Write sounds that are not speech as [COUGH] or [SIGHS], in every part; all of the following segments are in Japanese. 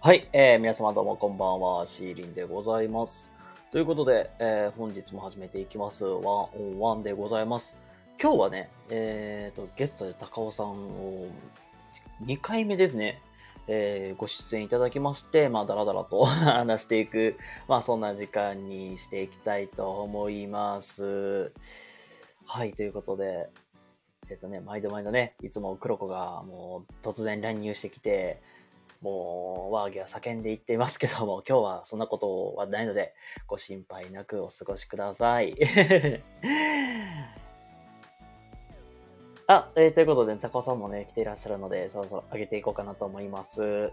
はい、えー、皆様どうもこんばんは、シーリンでございます。ということで、えー、本日も始めていきます、ワンオンワンでございます。今日はね、えーと、ゲストで高尾さんを2回目ですね、えー、ご出演いただきまして、まあ、だらだらと [LAUGHS] 話していく、まあ、そんな時間にしていきたいと思います。はい、ということで、えっ、ー、とね、毎度毎度ね、いつも黒子がもう突然乱入してきて、もう、ワーギャ叫んでいっていますけども、今日はそんなことはないので、ご心配なくお過ごしください。 [LAUGHS] あ、えー、ということで、高尾さんもね、来ていらっしゃるので、そろそろ上げていこうかなと思います。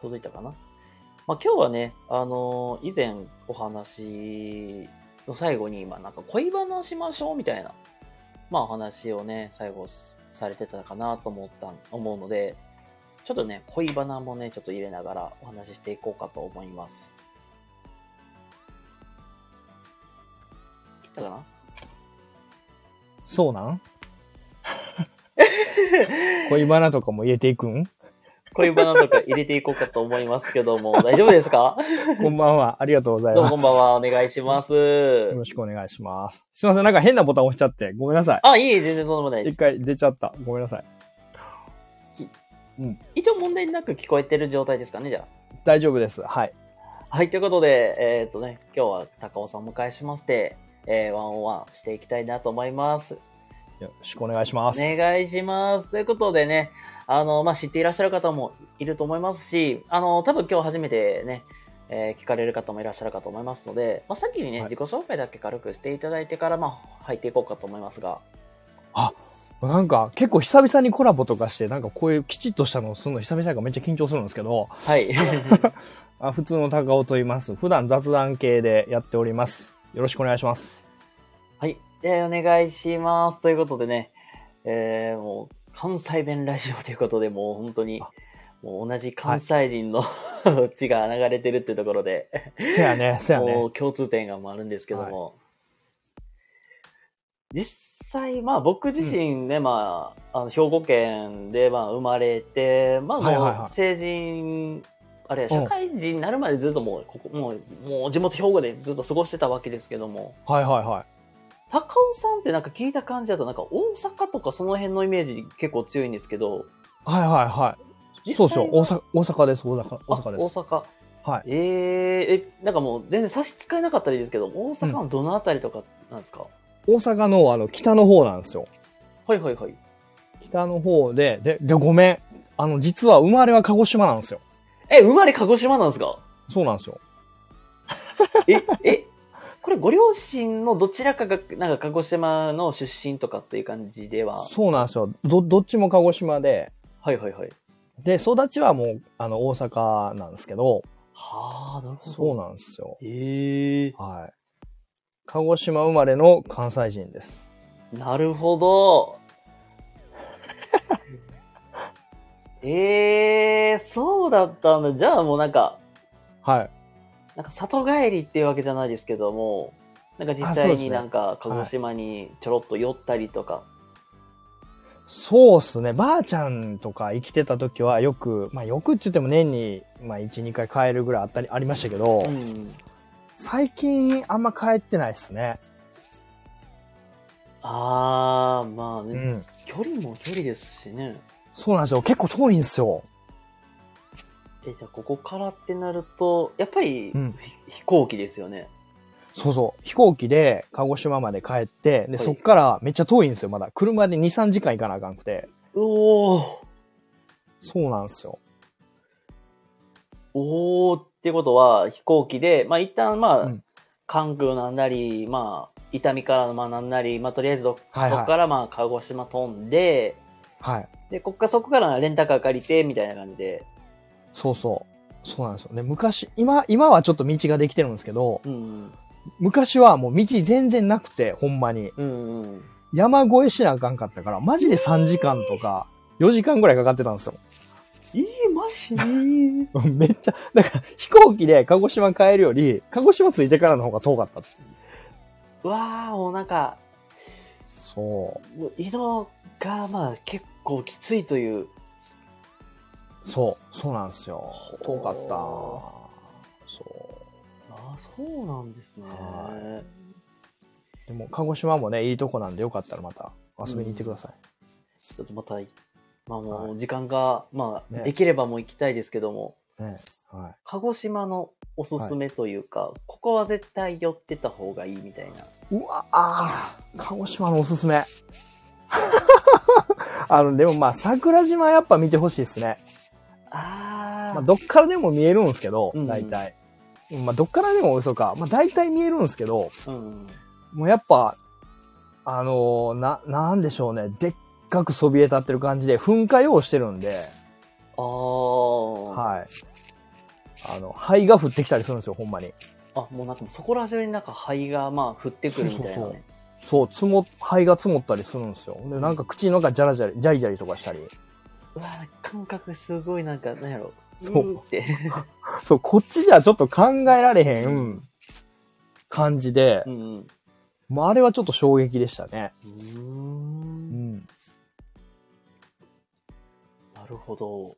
届いたかなまあ、今日はね、あのー、以前お話の最後に、まあ、なんか恋バナしましょうみたいな、まあ、お話をね、最後されてたかなと思った思うので、ちょっとね、恋バナもね、ちょっと入れながらお話ししていこうかと思います。いったかなそうなん [LAUGHS] 恋バナとかも入れていくん恋バナとか入れていこうかと思いますけど [LAUGHS] も、大丈夫ですかこんばんは。ありがとうございます。こんばんは。お願いします。よろしくお願いします。すいません。なんか変なボタン押しちゃって。ごめんなさい。あ、いい全然そんなことないです。一回出ちゃった。ごめんなさい。うん、一応問題なく聞こえてる状態ですかね、じゃあ。大丈夫です。はい。はい、ということで、えっ、ー、とね、今日は高尾さんを迎えしまして、えー、ワンオンワンしていきたいなと思います。よろしくお願いします。お願いします。ということでね、あの、まあ、知っていらっしゃる方もいると思いますし、あの、多分今日初めてね、えー、聞かれる方もいらっしゃるかと思いますので、まあ、先にね、はい、自己紹介だけ軽くしていただいてから、まあ、入っていこうかと思います [LAUGHS] が。あなんか結構久々にコラボとかして、なんかこういうきちっとしたのをするの久々がめっちゃ緊張するんですけど。はい。 [LAUGHS] あ普通の高尾と言います。普段雑談系でやっております。よろしくお願いします。はい。えー、お願いします。ということでね、えー、もう関西弁ラジオということで、もう本当に、もう同じ関西人の、はい、血が流れてるってところで。せやね、せやね。もう共通点がもあるんですけども。はい、実際、まあ僕自身ね、うん、まあ、あの兵庫県でまあ生まれて、まあもう成人、あれ社会人になるまでずっともう、ここ、もう、もう地元兵庫でずっと過ごしてたわけですけども。はいはいはい。高尾さんってなんか聞いた感じだとなんか大阪とかその辺のイメージ結構強いんですけどはいはいはいそうそう大阪大阪です大阪大阪です大阪はいえー、えなんかもう全然差し支えなかったりですけど大阪のどの辺りとかなんですか、うん、大阪のあの北の方なんですよはいはいはい北の方でででごめんあの実は生まれは鹿児島なんですよえ生まれ鹿児島なんですかそうなんですよええこれご両親のどちらかがなんか鹿児島の出身とかっていう感じではそうなんですよどどっちも鹿児島ではいはいはいで育ちはもうあの大阪なんですけどはあなるほどそうなんですよへえー、はい鹿児島生まれの関西人ですなるほど [LAUGHS] ええー、そうだったんだじゃあもうなんかはいなんか里帰りっていうわけじゃないですけども、なんか実際になんか鹿児島にちょろっと寄ったりとか。そうっすね。ばあちゃんとか生きてた時はよく、まあよくって言っても年に、まあ1、2回帰るぐらいあったり、ありましたけど、うん、最近あんま帰ってないっすね。あー、まあね、うん、距離も距離ですしね。そうなんですよ。結構遠いんですよ。えじゃあここからってなるとやっぱり、うん、飛行機ですよねそうそう飛行機で鹿児島まで帰ってで、はい、そっからめっちゃ遠いんですよまだ車で23時間行かなあかんくておおそうなんですよおおってことは飛行機でまあ一旦まあ、うん、関空なんなりまあ伊丹からまあなんなりまあとりあえずど、はいはい、そこからまあ鹿児島飛んではいでこっかそこからレンタカー借りてみたいな感じでそうそう。そうなんですよね。昔、今、今はちょっと道ができてるんですけど、うん、昔はもう道全然なくて、ほんまに。うんうん、山越えしなあかんかったから、マジで3時間とか、4時間ぐらいかかってたんですよ。 [LAUGHS] ええー、マジめっちゃ、だから飛行機で鹿児島帰るより、鹿児島着いてからの方が遠かったう [LAUGHS] わー、もうなんか、そもう移動がまあ結構きついという。う。そう。そうなんですよ。遠かった。ほそああ、そうなんですね。はう。でも、鹿児島もね、いいとこなんでよかったらまた遊びに行ってください。ちょっとまた、まあもはう時間が、まあねできればもう行きたいですけども、ね。はい。鹿児島のおすすめというか、ここは絶対寄ってた方がいいみたいな。うわあー鹿児島のおすすめ。 [LAUGHS] あの、でもまあ、桜島やっぱ見てほしいですね。ああ、まあ、どっからでも見えるんですけどうん、大体。まあ、どっからでも嘘か。まあ、大体見えるんですけど、うん。もうやっぱ、あのーな、なんでしょうね。でっかくそびえ立ってる感じで、噴火用してるんで、ああ、はい。あの、灰が降ってきたりするんですよ、ほんまに。あ、もうなんかそこら中になんか灰がまあ降ってくるみたいなね。そうそうそうそう、積も、灰が積もったりするんですよ。で、なんか口の中ジャラジャラ、ジャリジャリとかしたり。うわ感覚すごいなんか、なんやろ。そうーんって。そう、こっちじゃちょっと考えられへん感じでう、ん。うもうあれはちょっと衝撃でしたね。ーん。ん。なるほど。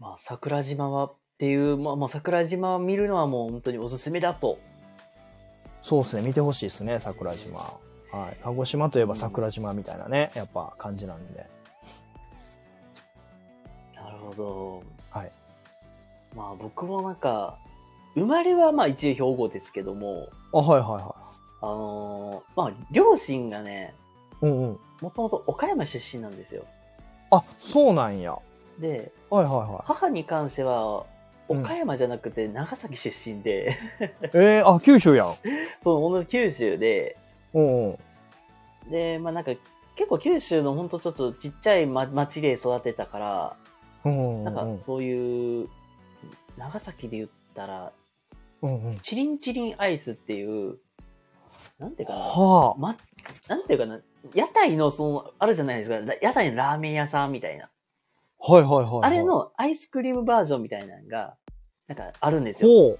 まあ、桜島はっていう、まあ、まあ、桜島を見るのはもう本当におすすめだと。そうですね、見てほしいですね、桜島。はい。鹿児島といえば桜島みたいなね、やっぱ感じなんで。なるほど。はい。まあ、僕もなんか、生まれはまあ一応兵庫ですけども、あ、はいはいはあのーまあ、両親がね、い。うんうん。もともと岡山出身なんですよ。あ、そうなんや。はで、いはいは母に関しては、うん岡山じゃなくて長崎出身で、 [LAUGHS] [LAUGHS] い。えー、あ、九州やん。そう、同じ九州で、うんうん。で、まあなんか、結構九州のほんとちょっとちっちゃい、ま、町で育てたから、うんうんうなんん。 [LAUGHS] かそういう、長崎で言ったら、うんうん。チリンチリンアイスっていう、なんていうかな、はま、なんていうかな、屋台の、その、あるじゃないですか、ら屋台のラーメン屋さんみたいな。あ。はいはいはいはい。あれ、のアイスクリームバージョンみたいなのが、なんかあるんですよ。ほう。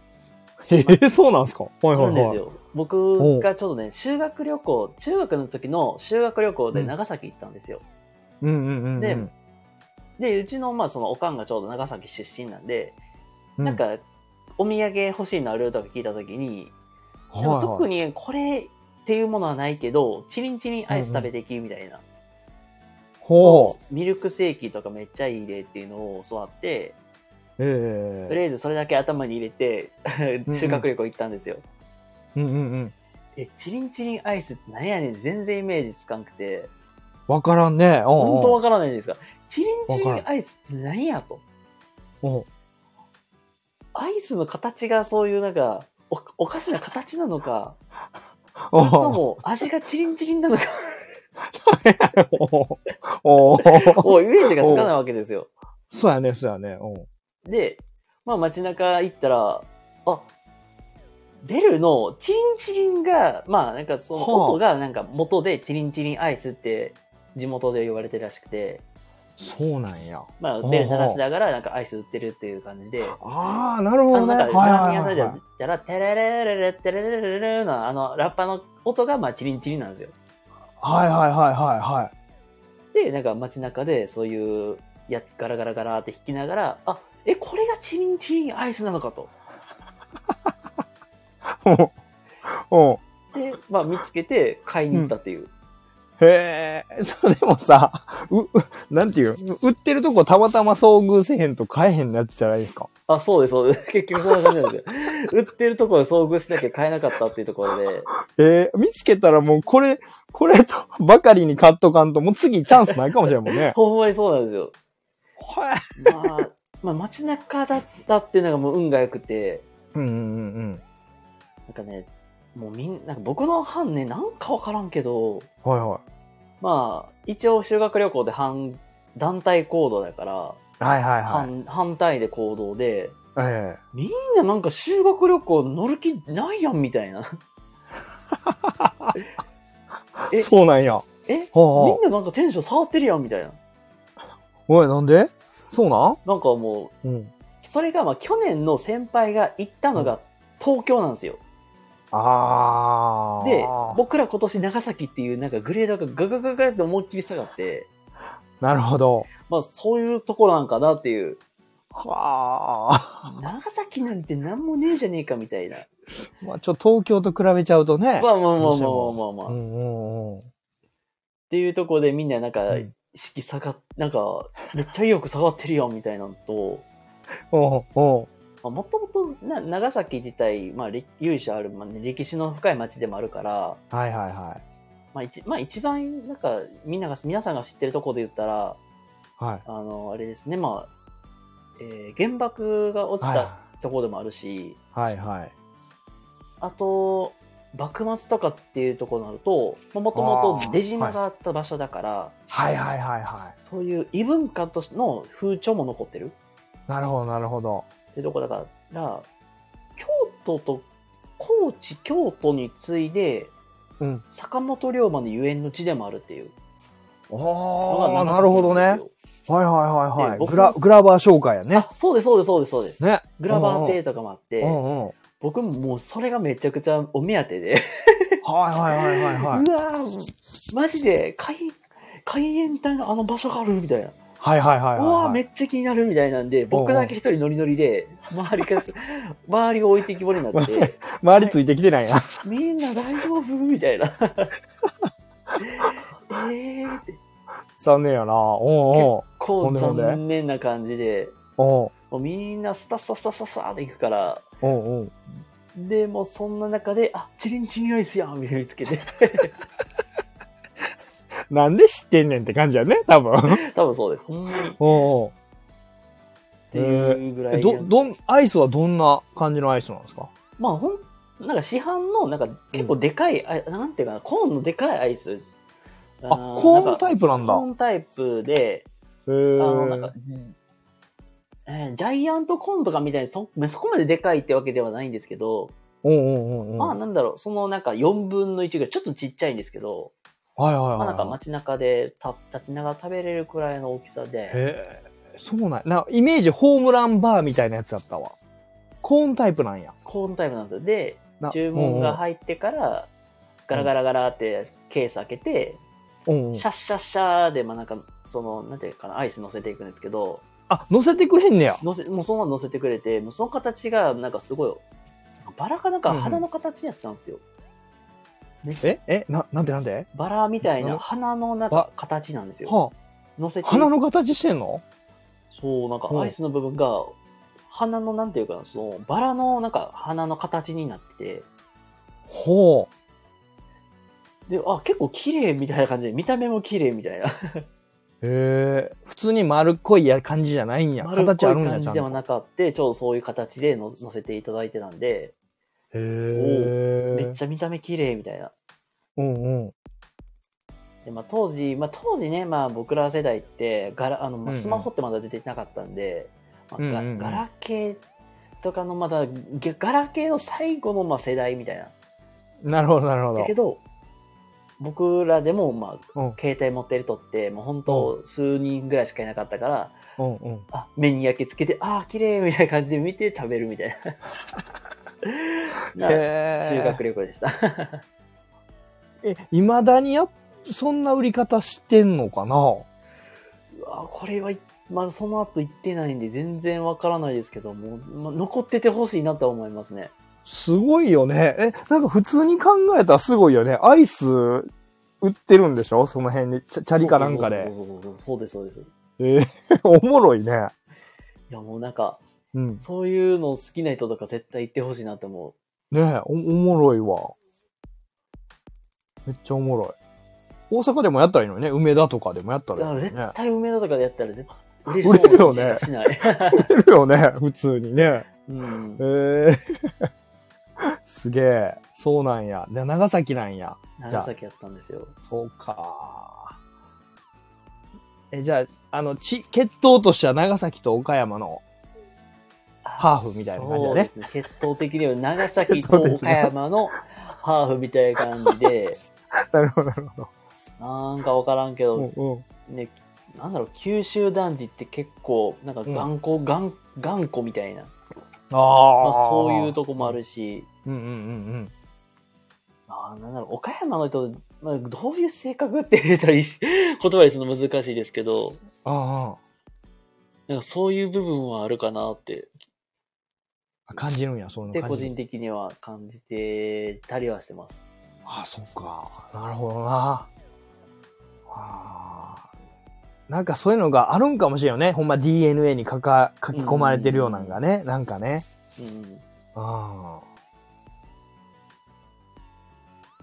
へえ、そうなんすかはいあはるいんではすい。よ。僕がちょっとね、修学旅行、中学の時の修学旅行で長崎行ったんですよ。うんうんうんうん。でで、うちの、まあ、その、おかんがちょうど長崎出身なんで、うなん、か、お土産欲しいのあるとか聞いたときに、はいではもい特にこれっていうものはないけど、チリンチリンアイス食べてきみたいな。ほう。ミルクセーキとかめっちゃいいでっていうのを教わって、とりえあえずそれだけ頭に入れて、うん修学旅行行ったんですよ。え。うんうんうん。え、チリンチリンアイスって何やねん全然イメージつかんくて、わからんね。本当わ本からないんですが、チリンチリわかンアイスって何やと。当アイスの形がそういうなんか、おおかしな形なの [LAUGHS] か、それとも味がチリンチリンなのか、おおおもうイメージがつかないわけですよ。そうやね、そうやね。うんで、まあ街中行ったら、あ、ベルのチリンチリンが、まあなんかそのはあ音がなんか元でチリンチリンアイスって地元で言われてるらしくて、そうなんや。まあほうベル鳴らしながらなんかアイス売ってるっていう感じで、ああ、なるほあどのね。なんかラーメン屋さんいじはゃやら、テレレレレテレレレレレのあのラッパの音がまあチリンチリンなんですよ。いはいはいはいはで、なんか街中でそういうやガラガラガラって弾きながら、あ、え、これがチリンチリンアイスなのかと。いはい。うん。で、まあ見つけて買いに行ったっていう。へえ、そうでもさ、う、うなんていう、売ってるとこたまたま遭遇せへんと買えへんなってじゃないですか。あ、そうです、そうです。結 [LAUGHS] 局そんな感じなんですよ。売ってるところで遭遇しなきゃ買えなかったっていうところで、。えー、見つけたらもうこれ、これとばかりに買っとかんと、もう次チャンスないかもしれんもん [LAUGHS] ねほんまにそうなんですよ。はい。まあ、 [LAUGHS] まあ街中だったっていうのがもう運が良くて、うんうんうんうん。なんかね、もうみんなんか僕の班ね、なんかわからんけど、はいはい。まあ、一応修学旅行で班、団体行動だから、はいはいはい。班班単位で行動で、えみんななんか修学旅行乗る気ないやんみたいな。 [LAUGHS] ええそうなんや。はえあ、みんはあ、ななんかテンション触ってるやんみたいな。おい、なんでそうななんかもう、んうん。それがまあ去年の先輩が行ったのが東京なんですよ。ああ。で、僕ら今年長崎っていうなんかグレードがガガガガって思いっきり下がって、なるほど。まあそういうとこなんかなっていう、はあ。長崎なんてなんもねえじゃねえかみたいな。まあ、ちょっと東京と比べちゃうとね。まあまあまあまあまあまあまあ。うっんうんうん。ていうとこでみんななんか、うん式下がっ、なんか、めっちゃ意欲下がってるよみたいなのと、おうおうまあ、もともとな長崎自体、まあ、歴由緒ある、まあね歴史の深い町でもあるから、はいはいはまあ一まあ、一番なんかみんなが皆さんが知ってるところで言ったらい。はい。あのあれですね、まあえー原爆が落ちはいたところでもあるし、はいはい。あと幕末とかっていうところになるともともあとー出島があった場所だから、はいはいはいはそういう異文化としての風潮も残ってるい。なるほどなるほど。っていうところだから京都と高知京都に次いで、うん坂本龍馬のゆえんの地でもあるっていうああ、なるほどね。はいはいはいはでい。僕グラ、グラバー紹介やね。そうです、そうです、そうです、そうです。ね。グラバーデーとかもあってう、んうん。僕ももうそれがめちゃくちゃお目当てで、はいはいはいはいうはわい。ーマジで海、海援隊のあの場所があるみたいな。はいはいはいうはいわーはめい。っちゃ気になるみたいなんで、僕だけ一人ノリノリで、周りが、周りが置いてきぼりになって、周りついてきてないな。みんな大丈夫みたいな。 [LAUGHS] えーって、 [LAUGHS] 残念やな。おうこほんうでほんで残念な感じで、おう。もうみんなスタスタスタスタスタって行くから、おうおうおう。でもうそんな中で「あチリンチリンアイスやん」見つけてなんで知ってんねんって感じやね、多分。多分そうですほんまにっおうおう。ていうぐらいえ、でど、どん、アイスはどんな感じのアイスなんですかまあほんなんか市販のなんか結構でかい、あなんていうかなコーンのでかいアイスあ、コーンタイプなんだコー。ンタイプでへあーのなんか、えージャイアントコーンとかみたいにそそこまででかいってわけではないんですけど、うんうんうんうん。まあはいなんだろうそのなんか4分の1ぐらいちょっとちっちゃいんですけど、はいまあ、なんかはい。街中でた立ちながら食べれるくらいの大きさでへえ、そうなんやな、イメージホームランバーみたいなやつだったわ。コーンタイプなんや。コーンタイムなんですよでな注文が入ってからガラガラガラってケース開けて、うんうんうんシャッシャッシャーでまあなんかそのなんていうかなアイス乗せていくんですけどあ、乗せてくれんねや。乗せもうそのまま乗せてくれてもうその形がなんかすごいバラかなんかうんうん花の形やったんですよ、ええな、なんてなんでバラみたいななる花のなんかわ形なんですよは乗せあ、て花の形してんのそうなんかうんアイスの部分が花のなんていうかなそのバラのなんか花の形になってほてであ結構綺麗みたいな感じで見た目も綺麗みたいなう。へえ、普通に丸っこいや感じじゃないんや。丸っ形こあいるんや、感ちゃじんではと。なかった、ちょうどそういう形での乗せていただいてたんで、へめっえ。ちゃ見た目綺麗みたいな。うんうん。でまあ、当時、まあ、当時ね、まあ、僕ら世代ってガラあの、まあうんうんスマホってまだ出てなかったんで、まあうんうんうんガガラケーとかのまだガガラケーの最後のまあ世代みたいな。なるほど、なるほだどけ。ど僕らでも、まあうん携帯持ってる人ってもう本当数人ぐらいしかいなかったから、うんうん。あ目に焼き付けてああ綺麗みたいな感じで見て食べるみたい [LAUGHS] ななへ修学旅行でした。え。いまだにやっ、そんな売り方してんのかなうわこれはいまだその後行ってないんで全然わからないですけども、まあ、残っててほしいなとは思いますねすごいよね。え、なんか普通に考えたらすごいよね。アイス売ってるんでしょその辺に。チャチャリかなんかで。そうそうそうそうそうですそうですいえ [LAUGHS] ーおもろいね。やもうなんかうん。そういうの好きな人とか絶対行ってほしいなと思ねえお、おもろいわ。めっちゃおもろい。大阪でもやったらいいのにね。梅田とかでもやったうだかららいいのに絶ね。対梅田とかでやったら絶売れ [LAUGHS] 売れるよねそうな気しかし [LAUGHS] ない、売れるよね。普通にね。うんえ、ー、 [LAUGHS] すげえ。そうなんや。で長崎なんや。長崎やったんですよそうか。え、じゃあ、あの、ち、血統としては長崎と岡山の。ハーフみたいな感じだねそうですね血統的には長崎と岡山のハーフみたいな感じでなるほど、なるほど。なんかわからんけど、うんうん。ね、なんだろう九州男児って結構なんか頑固、頑頑固みたいな、ああ、まあ、そういうとこもあ。るしうんうんうんうん。あーなんだろう、岡山の人、まあ、どういう性格って言ったらいいし、 [LAUGHS] 言葉にするの難しいですけど、あなんかそういう部分はあるかなって、あ、感じるんや、そういでうの個感じ人的には感じてたりはしてます。ああ、そっか。なるほどな。ああ。なんかそういうのがあるんかもしれんよね。ほんま DNA に書か、書き込まれてるようなんがね。なんかね。うん。あ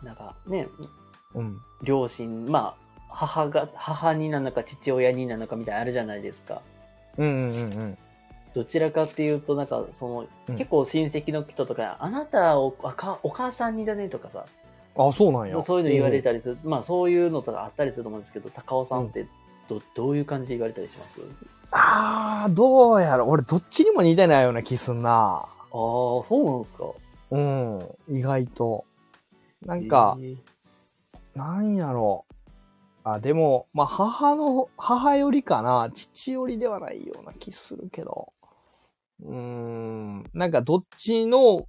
なんかね、あ。うん。両親、まあ、母が、母になのか父親になのかみたいなのあるじゃないですか。うんうんうんうん。どちらかっていうと、なんか、その、うん結構親戚の人とか、あなたおあかお母さんにだねとかさ、あ、そうなんや。そういうの言われたりする、まあそういうのとかあったりすると思うんですけど、高尾さんってど,、どういう感じで言われたりしますああ、どうやろ。俺、どっちにも似てないような気すんな。ああ、そうなんですか。うん。意外と。なんか、えーなんやろ。あ、でも、まあ、母の、母よりかな。父よりではないような気するけど。うーん。なんか、どっちの、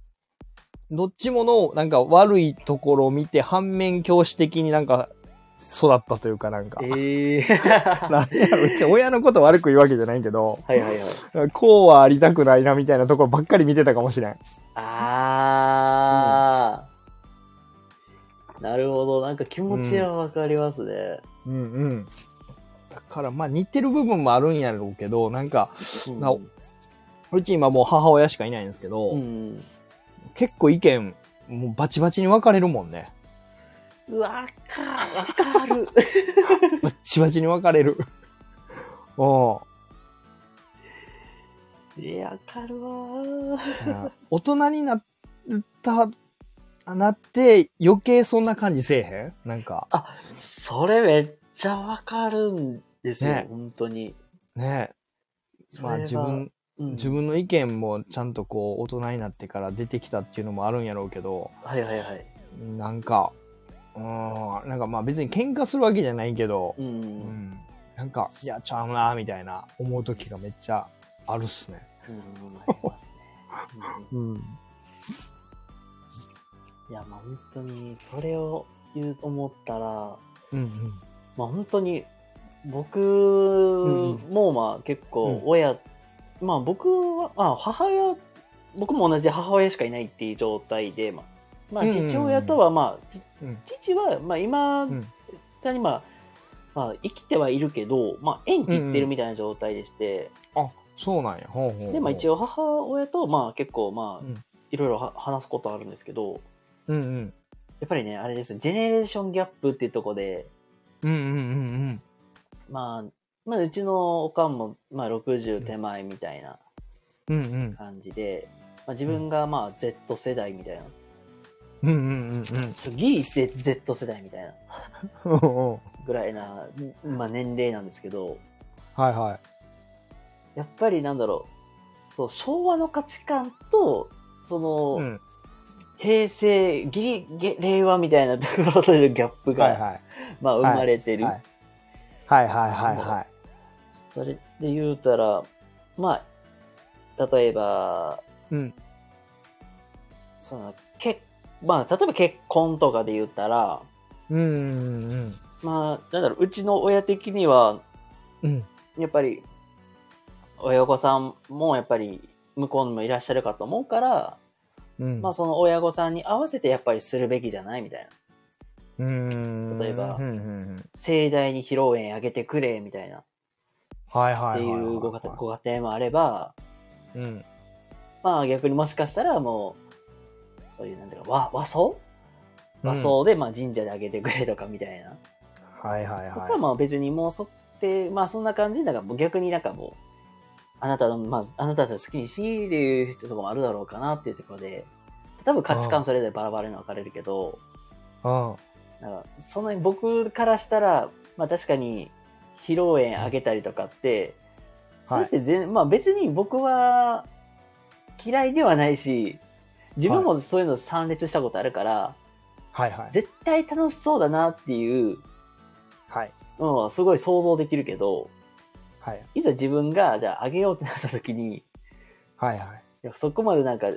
どっちもの、なんか悪いところを見て、反面教師的になんか、育ったというかなんか。ええ [LAUGHS] なんやろ、別に親のこと悪く言うわけじゃないけど、はいはいはい。こうはありたくないなみたいなところばっかり見てたかもしれん。あー、なるほど。なんか気持ちはわかりますね。うんうん。だから、まあ似てる部分もあるんやろうけど、なんか、うんなおうち今もう母親しかいないんですけど、うん。結構意見、もうバチバチに分かれるも [LAUGHS] んね。うわか、わかる。 [LAUGHS] バチバチに分かれる。 [LAUGHS] [LAUGHS] おいや、わかるわー。大人になった、なって余計そんな感じせえへんなんか、それめっちゃわかるんですよ、ね本当に。ねそれまあが自分、うん自分の意見もちゃんとこう大人になってから出てきたっていうのもあるんやろうけど、はいはいはい。なんか、うーん、なんかまあ別に喧嘩するわけじゃないけど、う。うんん、なんか、いや、ちゃうな、みたいな思う時がめっちゃあるっすね。うん、ありますね。うんうん。いや、まあ本当に、それを言う思ったら、まうんうん。あ本当に、僕んもまあ結構親、まあ僕は、あ母親、僕も同じ母親しかいないっていう状態で、まあ、まあうんうんうん父親とはまあ、ちうん父はまあ今うん、だにまあ、まあ生きてはいるけど、まあ縁切ってるみたいな状態でして、あ、そうなんや。ほうほうほう。でまあ一応。応母親とまあ結構まあうん、いろいろは話すことあるんですけど、うんうん。やっぱりね、あれですね、ジェネレーションギャップっていうとこで、うんうんうんまあ、まあ、うちのおかんも、まあ、60手前みたいなうん。うんうん。感じで、まあ、自分が、まあ、Z 世代みたいな、うんうんうんギリ Z 世代みたいなうん。お [LAUGHS] うぐらいな、まあ、年齢なんですけど、はいはい。やっぱりなんだろう、そう、昭和の価値観と、その、うん。平成、ギリげ、令和みたいなところとのギャップが、はいはい。まあ、生まれてる。はいはいはいはいはい。それで言うたら、まあ、例えば、うん。そのけまあ、例えば結婚とかで言ったら、うんうんうん。まあ、なんだろう、うちの親的には、うん。やっぱり、親御さんもやっぱり、向こうにもいらっしゃるかと思うから、うん。まあ、その親御さんに合わせてやっぱりするべきじゃないみたいな。うん。例えばうんうんうん。盛大に披露宴あげてくれ、みたいな。はっいはいはいはい。ていうご家庭ご家庭もあれば、うん。まあ、逆にもしかしたらもう、そういう、なんだろう、和和装和装で、まあ、神社であげてくれとかみたいな。うん。はいはい僕ははまあ別にもうそって、まあそんな感じだからもう逆になんかもう、あなたの、まあ、あなたたち好きにしっていう人とかもあるだろうかなっていうところで、多分価値観それぞれバラバラに分かれるけど、い。なんかそんなに僕からしたら、まあ確かに披露宴あげたりとかって、それって全、まあ別に僕は嫌いではないし、自分もそういうの参列したことあるから、はいはい。絶対楽しそうだなっていうはい。のはすごい想像できるけど、はい。いざ自分が、じゃああげようってなった時に、いはいはい。やそこまでなんか、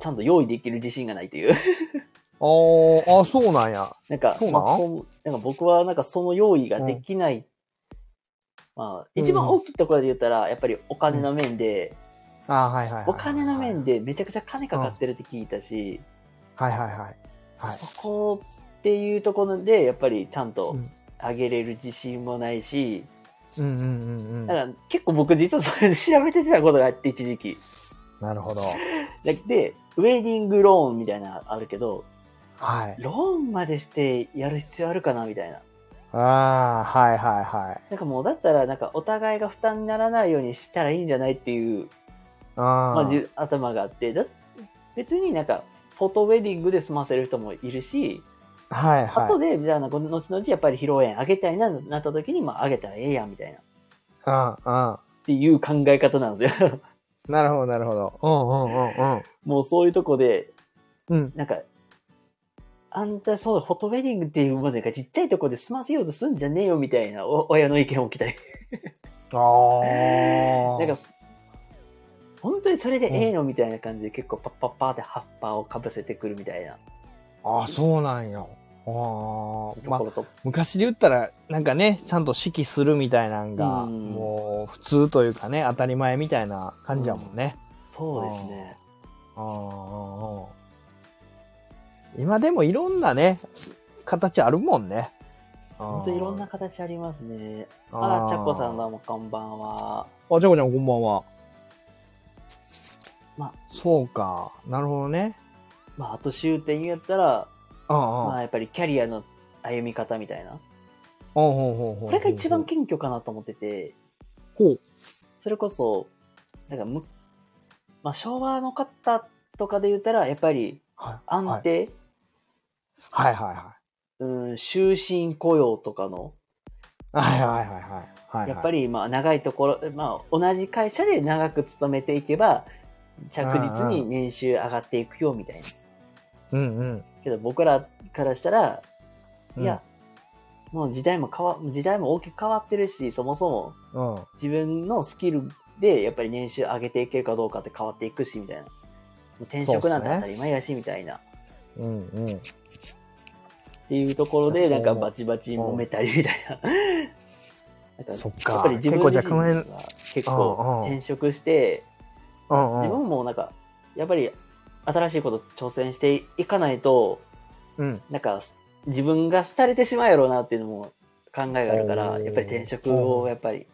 ちゃんと用意できる自信がないという。 [LAUGHS] あーあ、そうなんや。なんか、そうなまんあそなんか僕はなんかその用意ができない。まあ、一番大きいところで言ったら、やっぱりお金の面で、あーはいはいはい。お金の面でめちゃくちゃ金かかってるって聞いたし、はいはいはい。はい。そこっていうところで、やっぱりちゃんとうん上げれる自信もないし、うんうんうんうん。だから結構僕実はそれで調べてたことがあって、一時期。なるほど。でで、ウェディングローンみたいなのあるけど、はい。ローンまでしてやる必要あるかなみたいな。ああ、はいはいはい。なんかもうだったら、なんかお互いが負担にならないようにしたらいいんじゃないっていう、あまあ、ーじゅ頭があって、だ別になんか、フォトウェディングで済ませる人もいるし、はいはい。後で、みたいな、この後々やっぱり披露宴あげたいな、なった時に、まあ、あげたらええやん、みたいな。っうんうん。ていう考え方なんですよ。 [LAUGHS] なるほどなるほど。うんうんうんうん。もうそういうとこで、うん。なんか、あんた、そう、フォトウェディングっていうものなんかちっちゃいとこで済ませようとすんじゃねえよみたいなお親の意見を聞いたり。ああ。なんか、本当にそれでええのみたいな感じで結構パッパッパーって葉っぱをかぶせてくるみたいなああ、そうなんや。ああ。とまあころと。昔で言ったら、なんかね、ちゃんと指揮するみたいなんが、うんもう普通というかね、当たり前みたいな感じやもんね。そうですね。あーあー今でもいろんなね、形あるもんね。本当いろんな形ありますね。あら、ちゃこさんだ。はもうこんばんは。あ、ちゃこちゃんこんばんは。まあそうか。なるほどね。まあ、あと終点やったら、ああ、まあああ、やっぱりキャリアの歩み方みたいな。ほうほうほうほこう。れが一番謙虚かなと思ってて、ほう。それこそ、なんかむ、まあ、昭和の方とかで言ったら、やっぱりはい。安定、はいはいはうん、終身雇用とかの、い。はいはいはいはいはい。やっぱりまあ長いところ、まあ、同じ会社で長く勤めていけば、着実に年収上がっていくよみたいな。うんうん。けど僕らからしたら、うんいや、もう時代も変わ、時代も大きく変わってるし、そもそもうん。自分のスキルでやっぱり年収上げていけるかどうかって変わっていくしみたいなもう転職なんて当たり前やしみたいなっ,、うんうん。ていうところでそうなんかバチバチ揉めたりみたい [LAUGHS] な。なんそっかやっぱり自分結構じゃあ自身が結構うんうん転職して、うん自分もなんかやっぱり新しいこと挑戦していかないとうん。うん。なんか自分が廃れてしまうやろうなっていうのも考えがあるからおーやっぱり転職をやっぱり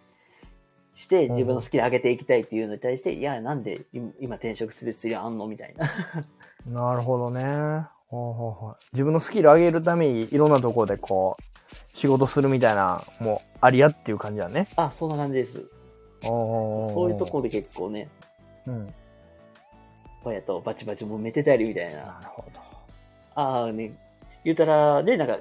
してん自分の好きで上げていきたいっていうのに対していやなんで今今転職する必要あんのみたいななるほどね。ほうほうほう自分のスキル上げるためにいろんなところでこう、仕事するみたいな、もう、ありやっていう感じだね。あそんな感じですそそういうところで結構ねうん。親とバチバチもめてたりみたいななるほああね言うたらでなんか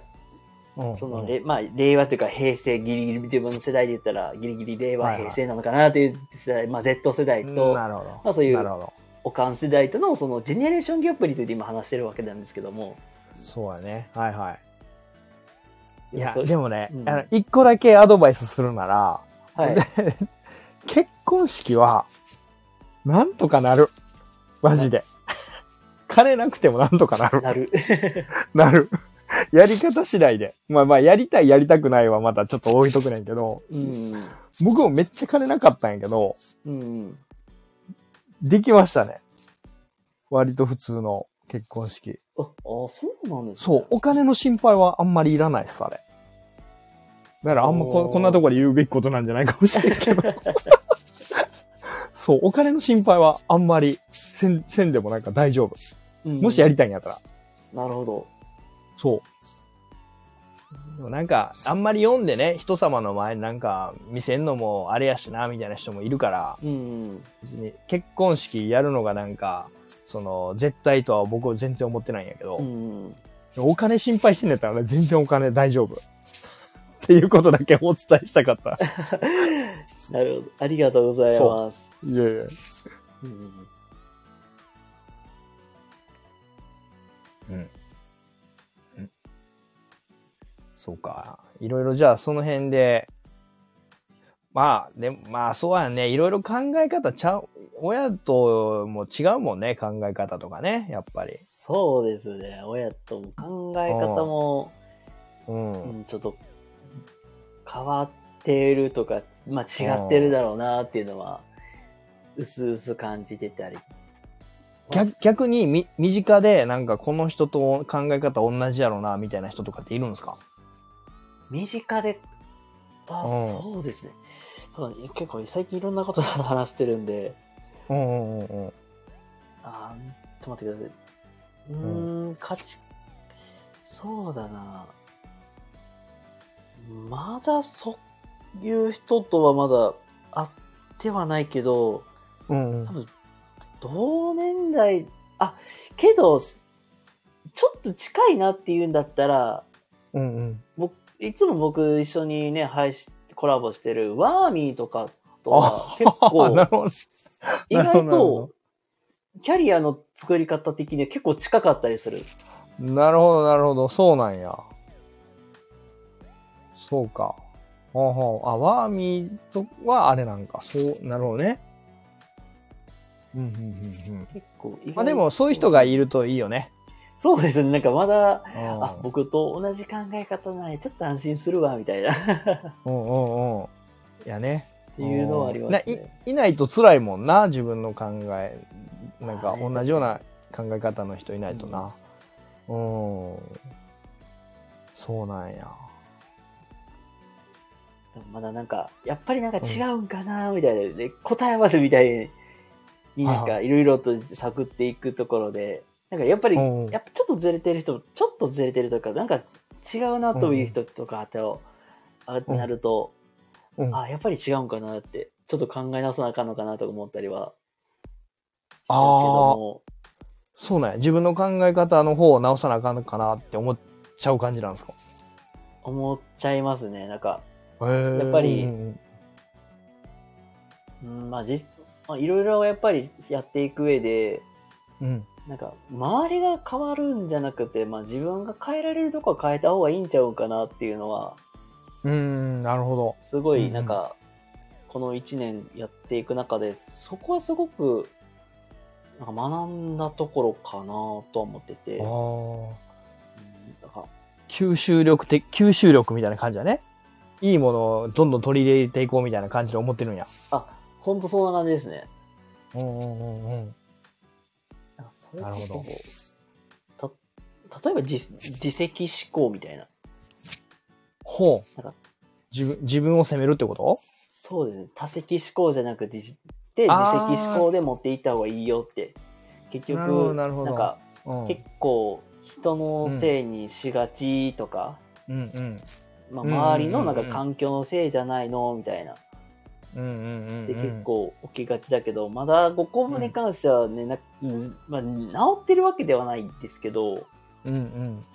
ど。うんそうんの、れまあ、令和というか平成ギリギリ自分の世代で言ったらギリギリ令和はいはい平成なのかなという世代、まあ、Z 世代となるほど。まあそういうなるほど。おかん世代とのそのジェネレーションギャップについて今話してるわけなんですけどもそうやね。はいはい。いや、そうでもねう、んあの一個だけアドバイスするなら、はい結婚式は、なんとかなる。マ [LAUGHS] ジで。金なくてもなんとかなる。なる [LAUGHS] なる。やり方次第で。まあまあ、やりたいやりたくないはまたちょっと置いとくねんけど、うん僕もめっちゃ金なかったんやけど、うんできましたね。割と普通の結婚式。ああそうなんですそう、お金の心配はあんまりいらないです、あれ。だからあんまおこーこんなところで言うべきことなんじゃないかもしれんけ [LAUGHS] ど。そう、お金の心配はあんまりせんせんでもなんか大丈夫。うんもしやりたいんやったら。なるほどそう。でもなんか、あんまり読んでね、人様の前になんか見せんのもあれやしな、みたいな人もいるから、うん別に結婚式やるのがなんか、その、絶対とは僕は全然思ってないんやけど、うんお金心配してんねやったらね、全然お金大丈夫。っていうことだけお伝えしたかった。なるほどありがとうございますいやいや。うんうん。そうか。いろいろじゃあその辺で、まあ、でも、まあそうやね。いろいろ考え方ちゃう、親とも違うもんね、考え方とかね、やっぱり。そうですね。親とも考え方も、うん。うんちょっと変わってるとか、まあ違ってるだろうなっていうのは、うすうす感じてたり。逆逆にみ、身近で、なんかこの人と考え方同じやろな、みたいな人とかっているんですか身近で、あ、うんそうですね。ただ結構最近いろんなこと話してるんで、うんうんうんうん。あーちょっと待ってください。うーん、価値、そうだな。まだそういう人とはまだ会ってはないけど、うん多分同年代、あ、けど、ちょっと近いなっていうんだったら、うんうん。僕、いつも僕一緒にね、配信、コラボしてるワーミーとかとは結 [LAUGHS] あ構なる、ほど。意な外るほどなるほと、キャリアの作り方的には結構近かったりする。なるほど、なるほど。そうなんや。そうか。ほうほう。あ、ワーミーとはあれなんか。そう、なるほどね。うんうんうんうん。結構意外とまあでも、そういう人がい。るといいよね。そうですね。なんかまだ、ああ、僕と同じ考え方なんやちょっと安心するわ、みたいな、っうんうんうん。いやね。ていうのはありますないね。いないと辛いもんな、自分の考え。なんかはい同じような考え方の人いないとな。うん。そうなんや。でもまだなんか、やっぱりなんか違うんかな、みたいな、で答え合わせみたいに、なんはかいろいろと探っていくところで、なんかやっぱり、うんやっぱちょっとずれてる人、ちょっとずれてるとか、なんか違うなという人とかと、あうんなると、うんあ、やっぱり違うんかなって、ちょっと考え直さなあかんのかなとか思ったりは、しちゃうけども、そうなんや。自分の考え方の方を直さなあかんのかなって思っちゃう感じなんですか思っちゃいますね。なんか、ややっぱりうんうん、まあ、じまあいろいろやっぱりやっていく上で、うん。なんか、周りが変わるんじゃなくて、まあ自分が変えられるとこは変えた方がいいんちゃうんかなっていうのは、うん、うんなるほど。すごうんういんなんか、この1年やっていく中でそこはすごくなんか学んだところかなとは思ってて、うんああ。なんか吸収力的、吸収力みたいな感じだね。いいものをどんどん取り入れていこうみたいな感じで思ってるんや。あ本当そんな感じですねうんうんうんうん。なんかそれなるこほそた例えば自自責思考みたいなほうなんか。自分、自分を責めるってことそうですね多責思考じゃなく自で自あー責思考で持っていった方がいいよって結なるほど局なるほどなんかうん。結構人のせいにしがちとか、うんうん。まあ、うん周りのなんうかんうん環境のせいじゃないのみたいなうんうんうんうん。で結構起きがちだけど、まだ5個分に関してはね、なうんまあ、治ってるわけではないんですけどうんうん。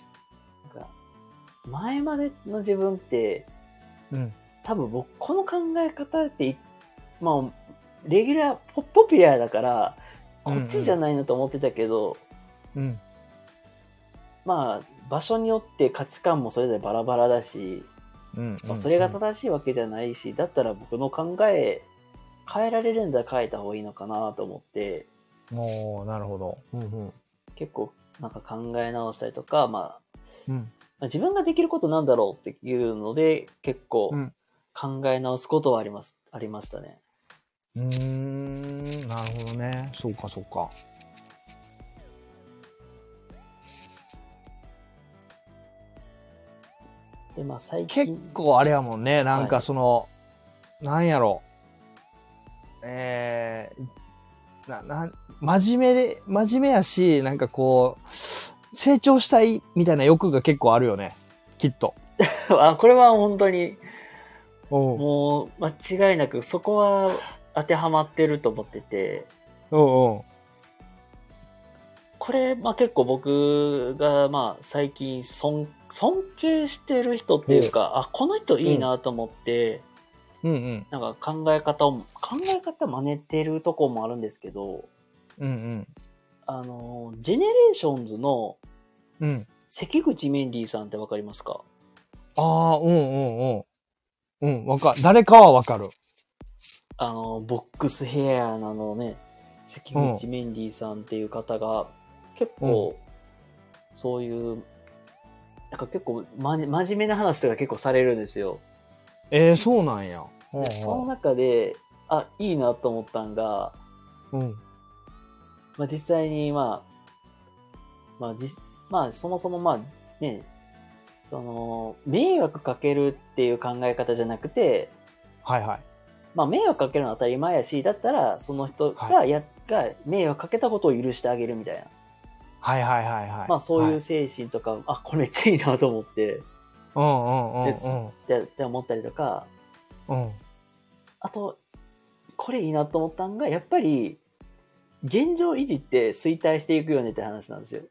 なんか前までの自分ってうん。多分僕この考え方っていまあレギュラーポポピュラーだからこっちじゃないなと思ってたけど、うん。まあ場所によって価値観もそれぞれバラバラだしうん。まあそれがうん正しいわけじゃないし、だったら僕の考え変えられるんだ変えた方がいいのかなと思ってもう、なるほど。うんうん。結構なんか考え直したりとか、まあ、うん。まあ自分ができることなんだろうっていうので結構うん考え直すことはあります、ありましたね。うーん、なるほどね。そうか、そうか。でまあ最近結構あれやもんね。なんはかいその、なんやろ。えー、な、なん、真面目で、真面目やし、なんかこう、成長したいみたいな欲が結構あるよね。きっと。 [LAUGHS] あこれは本当におうもう間違いなくそこは当てはまってると思ってて。おうこれ、まあ、結構僕が、まあ、最近尊尊敬してる人っていうか、あこの人いいなと思って、うん。うんうん。なんか考え方を考え方真似てるとこもあるんですけどうんあのジェネレーションズのうん。うん。関口メンディーさんってわかりますかああ、うんうんうん。うん、わかる。誰かはわかる。あのボックスヘアなのね関口メンディーさんっていう方が結構、そういう、なんか結構、ま、真面目な話とか結構されるんですよ。えー、そうなんや。うんでその中で、あ、いいなと思ったんが、うん。まあ、実際に、まあ、まあ、じまあ、そもそも、まあ、ね、その、迷惑かけるっていう考え方じゃなくて、はいはい。まあ、迷惑かけるのは当たり前やし、だったら、その人がや、が迷惑かけたことを許してあげるみたいな。はいはいはいはい。まあ、そういうは精神とか、あ、これめっちゃいいなと思って、うんうんですってって思ったりとか、うんうん。うん。あと、これいいなと思ったんが、やっぱり、現状維持って衰退していくよねって話なんですよ。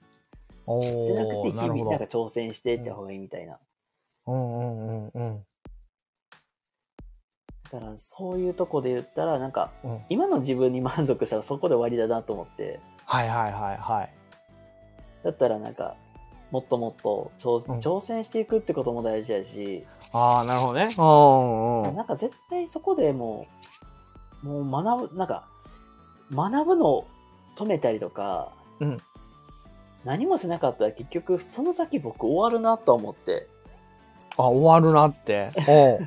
じゃなくおて、ー日なる々ほなんかど。挑戦していった方がいいみたいな。うんうんうんうん。だから、そういうとこで言ったら、なんかうん、今の自分に満足したらそこで終わりだなと思って、はいはいはいはい。だったらなんか、もっともっと挑うん挑戦していくってことも大事やし、ああ、なるほどね。うんうん。なんか絶対そこでもう、もう学ぶ、なんか、学ぶのを止めたりとか、うん何もしなかったら結局その先僕終わるなと思って、あ、終わるなって。 [LAUGHS] おう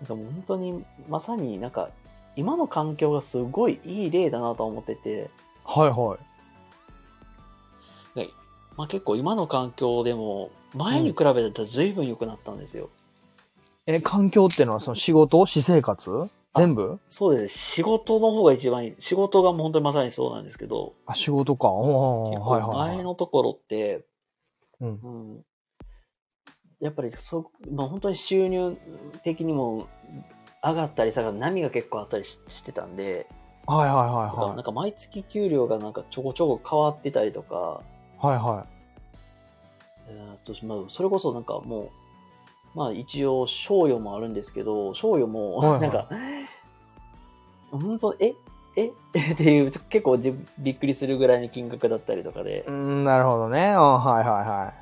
なんかもう本当にまさになんか今の環境がすごいいい例だなと思ってて、はいはい。まあ、結構今の環境でも前に比べたら随分良くなったんですよ。え、環境ってのはその仕事私生活全部そうです。仕事の方が一番いい。仕事がもう本当にまさにそうなんですけど、あ、仕事か。おうおう結おうはい構はい前はい。のところって、うんうんやっぱりそ、まあ、本当に収入的にも上がったり下がったり波が結構あったりししてたんで、はいはいはいだからはないん。か毎月給料がなんかちょこちょこ変わってたりとか、はいはえーっとまあ、それこそなんかもう、まあ一応、賞与もあるんですけど、賞与はいはも、いなんか、本当、ええ [LAUGHS] っていう、ちょ結構じびっくりするぐらいの金額だったりとかでい。う、ん、なるほどね。うん、はいはいは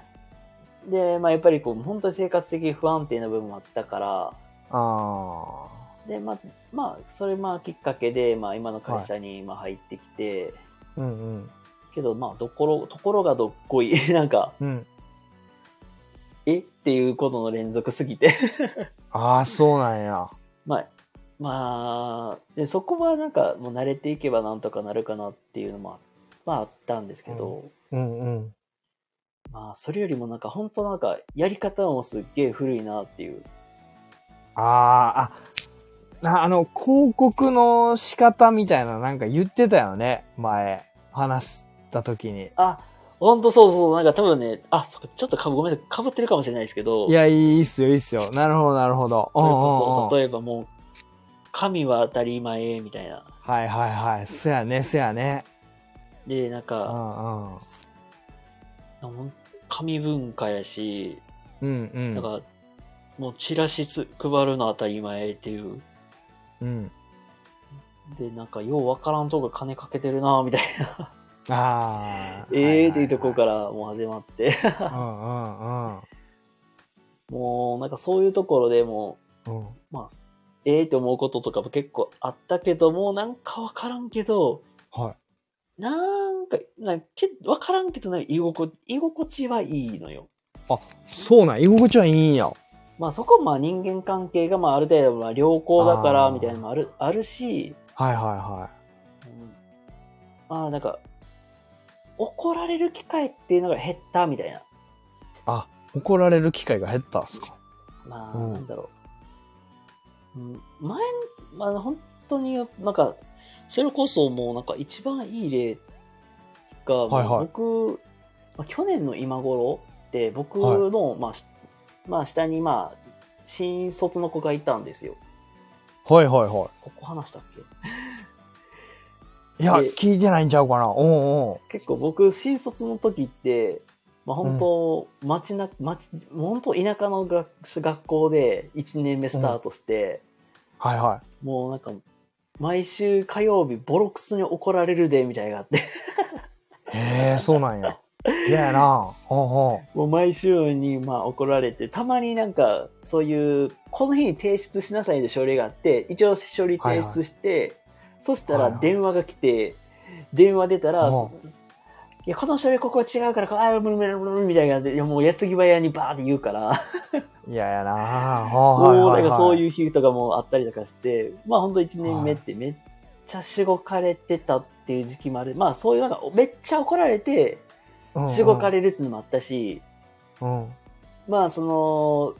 い。で、まあやっぱりこう、本当に生活的不安定な部分もあったから、あで、まあ、まあ、それまあきっかけで、まあ今の会社にまあ入ってきて、あ。うんうん。けどまあ、どころ、ところがどっこい、 [LAUGHS] なんか、うん。えっていうことの連続すぎて [LAUGHS] ああ、そうなんや。まあ、まあ、でそこはなんかもう慣れていけばなんとかなるかなっていうのもあ,、まあ、あったんですけど、うんうん。まあそれよりもなんか本当なんかやり方もすっげえ古いなっていう。ああ、あ、なあの、広告の仕方みたいななんか言ってたよね。前、話した時に。あ、本当そうそう、なんか多分ね、あ、そっかちょっとかぶごめんなさい、かぶってるかもしれないですけど、いや、いいっすよ、いいっすよ。なるほど、なるほど。それうんうんうこんそ、例えばもう、神は当たり前みたいな。はいはいはい。せやね、せやね。で、なんうんうか、ん。ほん神文化やし、うんうなんん。か、もうチラシつ配るの当たり前っていう。うん。で、なんか、ようわからんとこ金かけてるなみたいな。ああ。 [LAUGHS] ええーっていうとこら。からもう始まって。 [LAUGHS] うんうんもう、なんかそういうところでもうん。うん。う、まあ、ええーって思うこととかも結構あったけども、なんかわからんけど、はい。なんか、なんかけわからんけど、なんか居心地、居心地はいいのよ。そうなん、居心地はいいんや。まあそこはまあ人間関係がまあある程度まあ良好だからあーみたいなのもある、あるし、はいはいはうんまあなんか、怒られる機会っていうのが減ったみたいな。い。あ、怒られる機会が減ったんすかまあ、うんなんだろう。うん前、まあ、本当に、なんか、それこそもう、なんか一番いい例が、はいはい僕、まあ、去年の今頃って、僕はの、まあ、しまあ、下に、まあ、新卒の子がいたんですよ。はいはいはここ話したっけい。いや、え聞いてないんちゃうかな。おう結構僕、新卒の時って、まあ、本当、町な、町、本当田舎の学学校で1年目スタートして、おうはいはい。もうなんか、毎週火曜日ボロクソに怒られるで、みたいなのがあって、 [LAUGHS] へえ、そうなんや。嫌やな。おうおうもう毎週にまあ怒られて、たまになんか、そういう、この日に提出しなさいで書類があって、一応書類提出して、そしたはらいはい電話が来て、電話出たら、おうそいや、この喋りここ違うから、こうああ、無理無理無理無理みたいな感じで、いやもう矢継ぎ早にバーって言うから、いややなぁ。もうはなんかそうう。いう日とかもあったりとかして、まあ本当1年目ってめっちゃしごかれてたっていう時期もある。まあそういうなんか、めっちゃ怒られて、うんうんしごか。れるっていうのもあったし、うん。まあその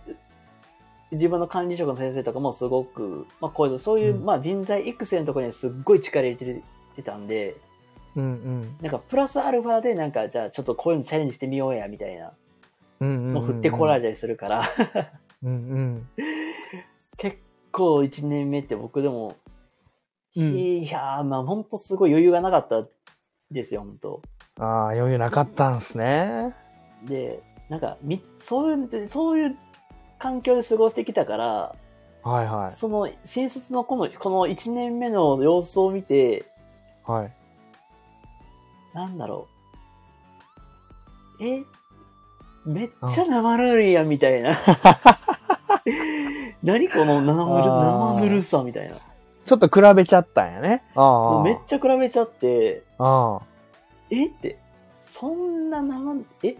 自分の管理職の先生とかもすごく、まあ、こういうそういう、うんまあ、人材育成のところにすっごい力入れてたんでうんうん。なんかプラスアルファでなんかじゃあちょっとこういうのチャレンジしてみようやみたいなうんうん。の振ってこられたりするから、うんうん。結構1年目って僕でも、うんいやーまあ本当すごい余裕がなかったですよ本当ああ、余裕なかったんすね。でなんかみそういうそういう環境で過ごしてきたからはいはい。その新卒の子のこの1年目の様子を見てはい。なんだろう。えめっちゃ生ぬるいやんみたいな。 [LAUGHS] 何この生ぬるあー生ぬるさみたいな。ちょっと比べちゃったんやね。あもあ。うめっちゃ比べちゃって、あえって、そんな生、え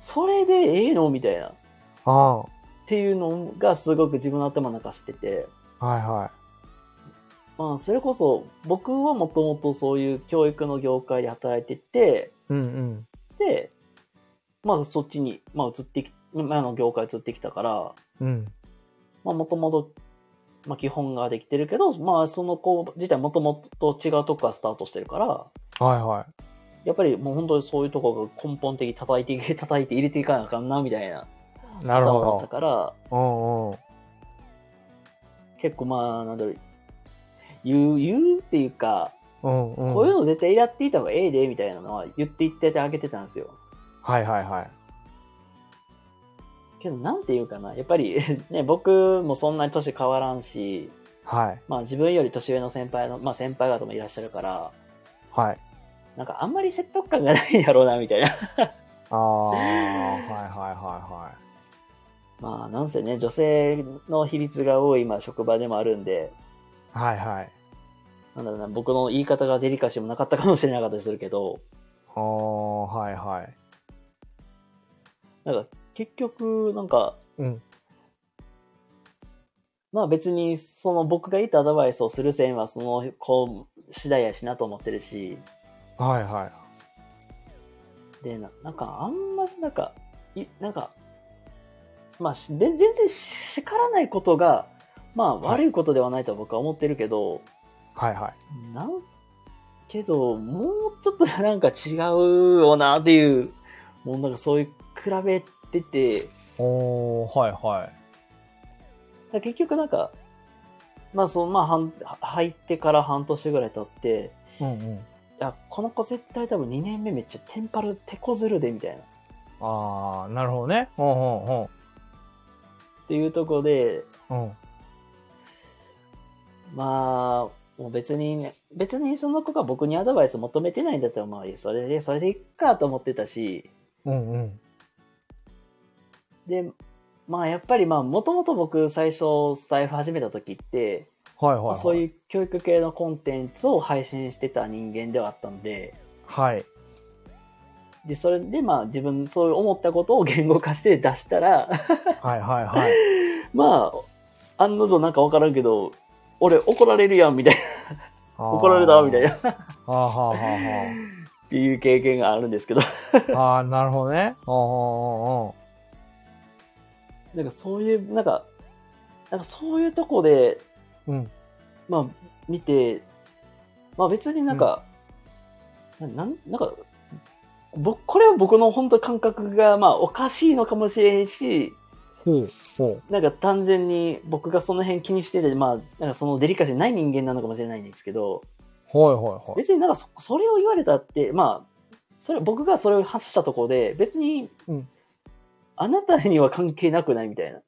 それでええのみたいな。っあ。ああ。ていうのがすごく自分の頭の中してて。はいはまあ、それこそ僕はもともとそういう教育の業界で働いてて、い。うんうん。で、まあそっちに、まあ移ってき、前の業界移ってきたから、うん。まあ、もともと、まあ、基本ができてるけど、まあ、その子自体もともと違うとこからスタートしてるから、はいはい。やっぱりもう本当にそういうとこが根本的に叩いていけ、叩いて入れていかなあかんな、みたいな。なる頭だったほから、ど。うんうん。結構まあ、なんだろう、言う、言うっていうか、うんうん。こういうの絶対やっていた方がええで、みたいなのは言っていってあげてたんですよ。はいはいはい。けど、なんていうかな、やっぱり [LAUGHS] ね、僕もそんなに年変わらんし、はい。まあ自分より年上の先輩の、まあ先輩方もいらっしゃるから、はい。なんかあんまり説得感がないやろうな、みたいな。 [LAUGHS] ああ。はいはいはまあ、なんせね、女性の比率が多い、まあ、職場でもあるんで、いはい。はいはい。なんだろうな、僕の言い方がデリカシーもなかったかもしれなかったりするけど、ああ、はいはい。なんか、結局、なんか、うんまあ別に、その僕が言ったアドバイスをする線は、その子次第やしなと思ってるし、はいはい。で、ななんか、あんまし、なんか、いなんか、まあ、しで全然叱らないことが、まあ悪いことではないとは僕は思ってるけど、はいはい。なんけど、もうちょっと [LAUGHS] なんか違うよなっていう、もうなんかそういう比べてて、だかおー、はいはい。ら結局なんか、まあそのまあ半入ってから半年ぐらい経って、うんうん。いや、この子絶対多分2年目めっちゃテンパる、手こずるでみたいな。っああ、なるほどね。うんうんていうところで、うん。うん。まあ、もう別にね、別にその子が僕にアドバイス求めてないんだったら、まあ、いやそれで、それでいっかと思ってたし、うんうん。で、まあやっぱりまあもともと僕最初スタイフ始めた時って、はいはい、はい。そういう教育系のコンテンツを配信してた人間ではあったんで、はい。で、それでまあ自分そういう思ったことを言語化して出したら、はいはいはい。まあ案の定なんかわからんけど、俺怒られるやんみたいな、 [LAUGHS] 怒られたみたいなっあーはあはあはあ。ていう経験があるんですけど、 [LAUGHS] ああ、なるほどね。おうなんかそういう、なんか、なんかそういうとこで、おうおううん。まあ、見て、まあ別になんか、ななんなんか、僕、これは僕の本当感覚が、まあおかしいのかもしれんし、ほう、ほなんか単純に僕がその辺気にしてて、まあ、なんかそのデリカシーない人間なのかもしれないんですけど、う。はいはいはい。別になんかそそれを言われたって、まあ、それ僕がそれを発したところで、別に、うんあなたには関係なくないみたいな。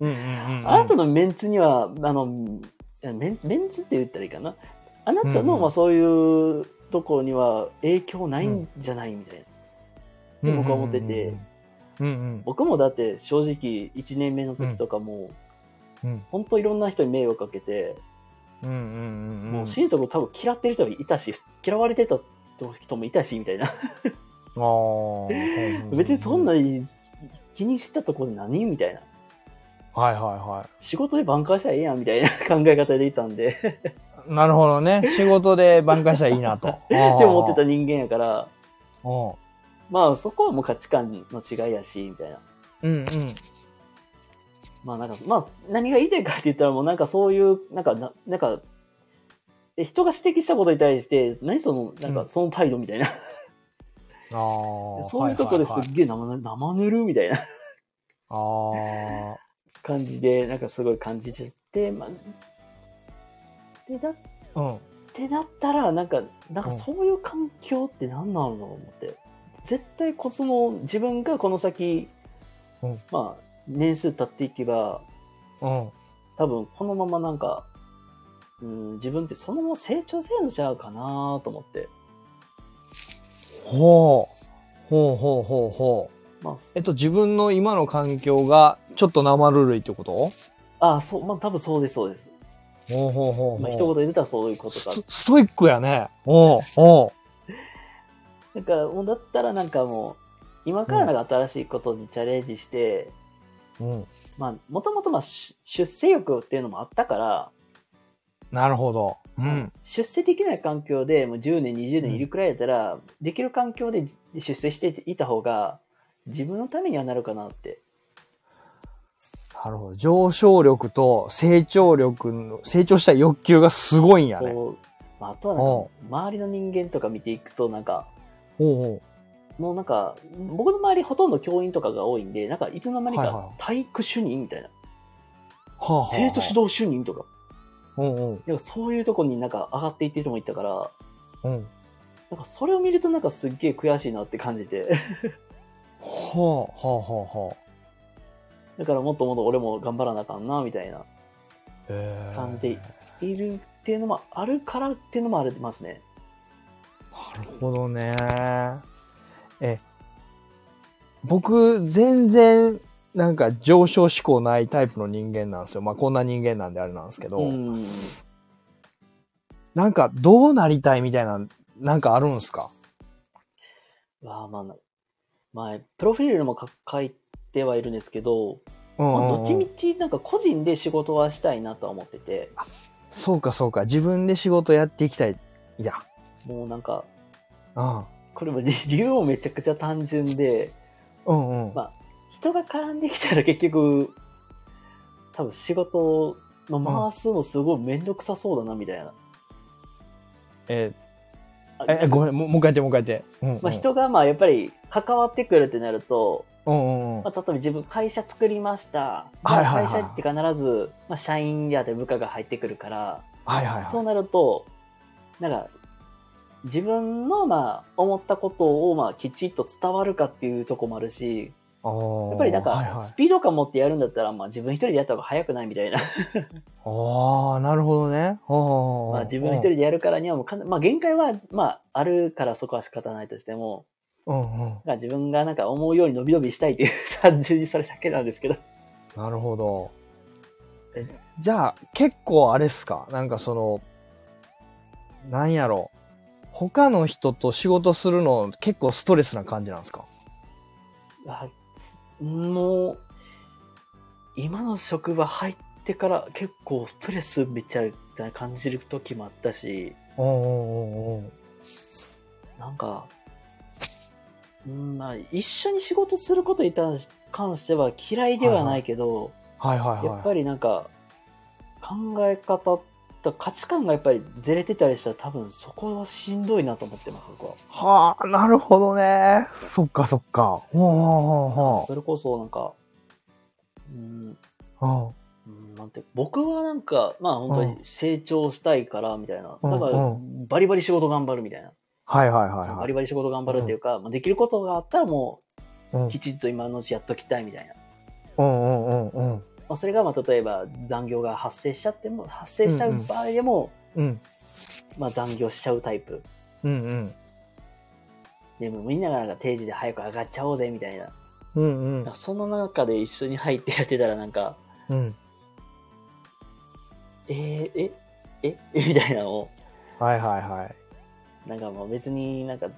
うんうんうん。あなたのメンツには、あの、メンメンツって言ったらいいかな。あなたうんうの、んまあ、そういうとこには影響ないんじゃないみたいな。て僕は思っててうんうん。僕もだって正直1年目の時とかも、うんうん本当いろんな人に迷惑かけて、うんうんうん。もう心底多分嫌ってる人もいたし、嫌われてた人もいたし、みたいな。ああ。別にそんなに気にしたところで何みたいな。はいはいは仕事で挽回したらええやんみたいな [LAUGHS] 考え方でいたんで、い。なるほどね。仕事で挽回したらいいなと。って [LAUGHS] って思ってた人間やから、うんまあそこはもう価値観の違いやし、みたいな。うんうん。まあなんか、まあ何が言いたいかって言ったらもうなんかそういう、なんか、ななんか、え人が指摘したことに対して、何その、なんうかんその態度みたいな。ああ。 [LAUGHS] そういうとこですはいはいっげえ生ぬ生ぬるみたいなはいあ感じで、なんかすごい感じちゃって、まあ、で、だっあ。うん。てなったら、なんか、なんかうんそういう環境って何なのと思って。絶対こその自分がこの先、うんまあ、年数経っていけば、うん。多分このままなんか、うん、自分ってそのまま成長せんのちゃうかなと思って。ほう。ほうほうほうほう。まあ、えっと、自分の今の環境が、ちょっと生ぬるいってことあそう、まあ多分そうです、そうです。ほうほうほうほう。まあ、一言で言ったらそういうことかス。ストイックやね。おうおう。なんか、もうだったらなんかもう、今からなんか新しいことにチャレンジして、うん。まあ、もともとまあ、し出世欲っていうのもあったから、なるほど。うん。出世できない環境でもう10年、20年いるくらいだったら、できる環境で出世していた方が、自分のためにはなるかなって。なるほど。上昇力と成長力の、成長したい欲求がすごいんやね。そう。まあ、あとはなんか、周りの人間とか見ていくと、なんか、おうおう。もうなんか、僕の周りほとんど教員とかが多いんで、なんかいつの間にはいはか体育主任みたいな、はあはあはあ生徒指導主任とか、うんうん。なんかそういうとこになんか上がっていってる人もいたから、うん。なんかそれを見るとなんかすっげえ悔しいなって感じて、 [LAUGHS] はあはあはあはあ。だからもっともっと俺も頑張らなあかんな、みたいな、ええ。感じでいるっていうのもあるからっていうのもありますね。なるほどね。え、僕、全然、なんか上昇志向ないタイプの人間なんですよ。まあ、こんな人間なんであれなんですけど、うん。なんかどうなりたいみたいな、なんかあるんですかまあまあな、まあ、プロフィールにも書書いてはいるんですけど、うんまあ、うんうんどっちみちなんか個人で仕事はしたいなとは思ってて、そうかそうか。自分で仕事やっていきたい。いや。もうなんか、うん。これも理理由もめちゃくちゃ単純で、うんうん。まあ人が絡んできたら結局、多分仕事の回すのすごいめんどくさそうだなみたいな。えあーえ、ごめん、ももう一回言って、もう一回言って。うん、うん。まあ、人がまあやっぱり関わってくるってなると、うんうんまあ、例えば自分会社作りました。じはいゃあはいは会い社って必ず、まあ、社員やで部下が入ってくるから、はいはいそうはなると、なんか、自分のまあ思ったことをまあきちっと伝わるかっていうとこもあるし、い。やっぱりなんあーはいかはいスピード感持ってやるんだったらまあ自分一人でやった方が早くないみたいな。ああ、なるほどね。おーまあ自分一人。でやるからにはもうかな、まあ、限界はまああるからそこは仕方ないとしても、うんうん。まあ、自分がなんか思うように伸び伸びしたいっていう単純にそれだけなんですけど。なるほど。えじゃあ、結構あれっすかなんかその、なんやろ。他の人と仕事するの結構ストレスな感じなんですかあつもう今の職場入ってから結構ストレスめっちゃ感じる時もあったし、うんうんうんうん。なんか、うんまあ、一緒に仕事することに関し関しては嫌いではないけど、はいはいはい。やっぱりなんか、考え方と価値観がやっぱりずれてたりしたら多分そこはしんどいなと思ってます、僕は。はあ、なるほどね。そっかそっか。ほうほそれこそなんか、うん、うほうんなんて、僕はなんか、まあ本当に成長したいからみたいな。うんだからう、バリバリ仕事頑張るみたいな。う。はいはいはいバはリい。バリ仕事頑張るっていうか、まあ、できることがあったらもうんう、きちっと今のうちやっときたいみたいな。うんうんうんうん。まあ、それがまあ例えば残業が発生しちゃっても発生しちゃう場合でも、うんまあ、残業しちゃうタイプうんうん。でもみんながなんか定時で早く上がっちゃおうぜみたいなうんうんなんかその中で一緒に入ってやってたらなんかうん。えー、えええみたいなのをはいはいはい。なんかもう別になんか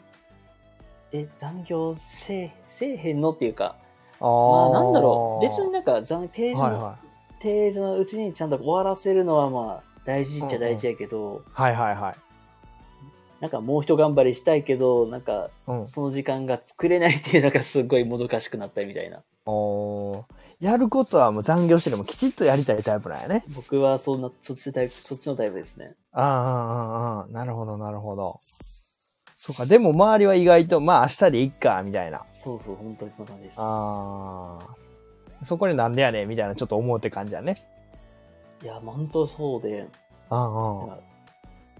え、残業せえ、せえへんのっていうか、あまーあなんだろう、別になんか残定時はいの、は定時のうちにちゃんと終わらせるのはまあ大事っちゃ大事やけど、い。はいはいはい。なんかもう一頑張りしたいけど、なんかうん。その時間が作れないっていうのがすごいもどかしくなったりみたいな。おーやることはもう残業してでもきちっとやりたいタイプなんやね。僕はそんな、そっちのタイプ、そっちのタイプですね。ああ、ああ、ああ、なるほど、なるほど。そうか、でも周りは意外と、まあ明日でいっか、みたいな。そうそう、本当にそんな感じです。ああ。そこでなんでやねんみたいな、ちょっと思うって感じやね。いや、まあ本当そうで、ああ、なんああか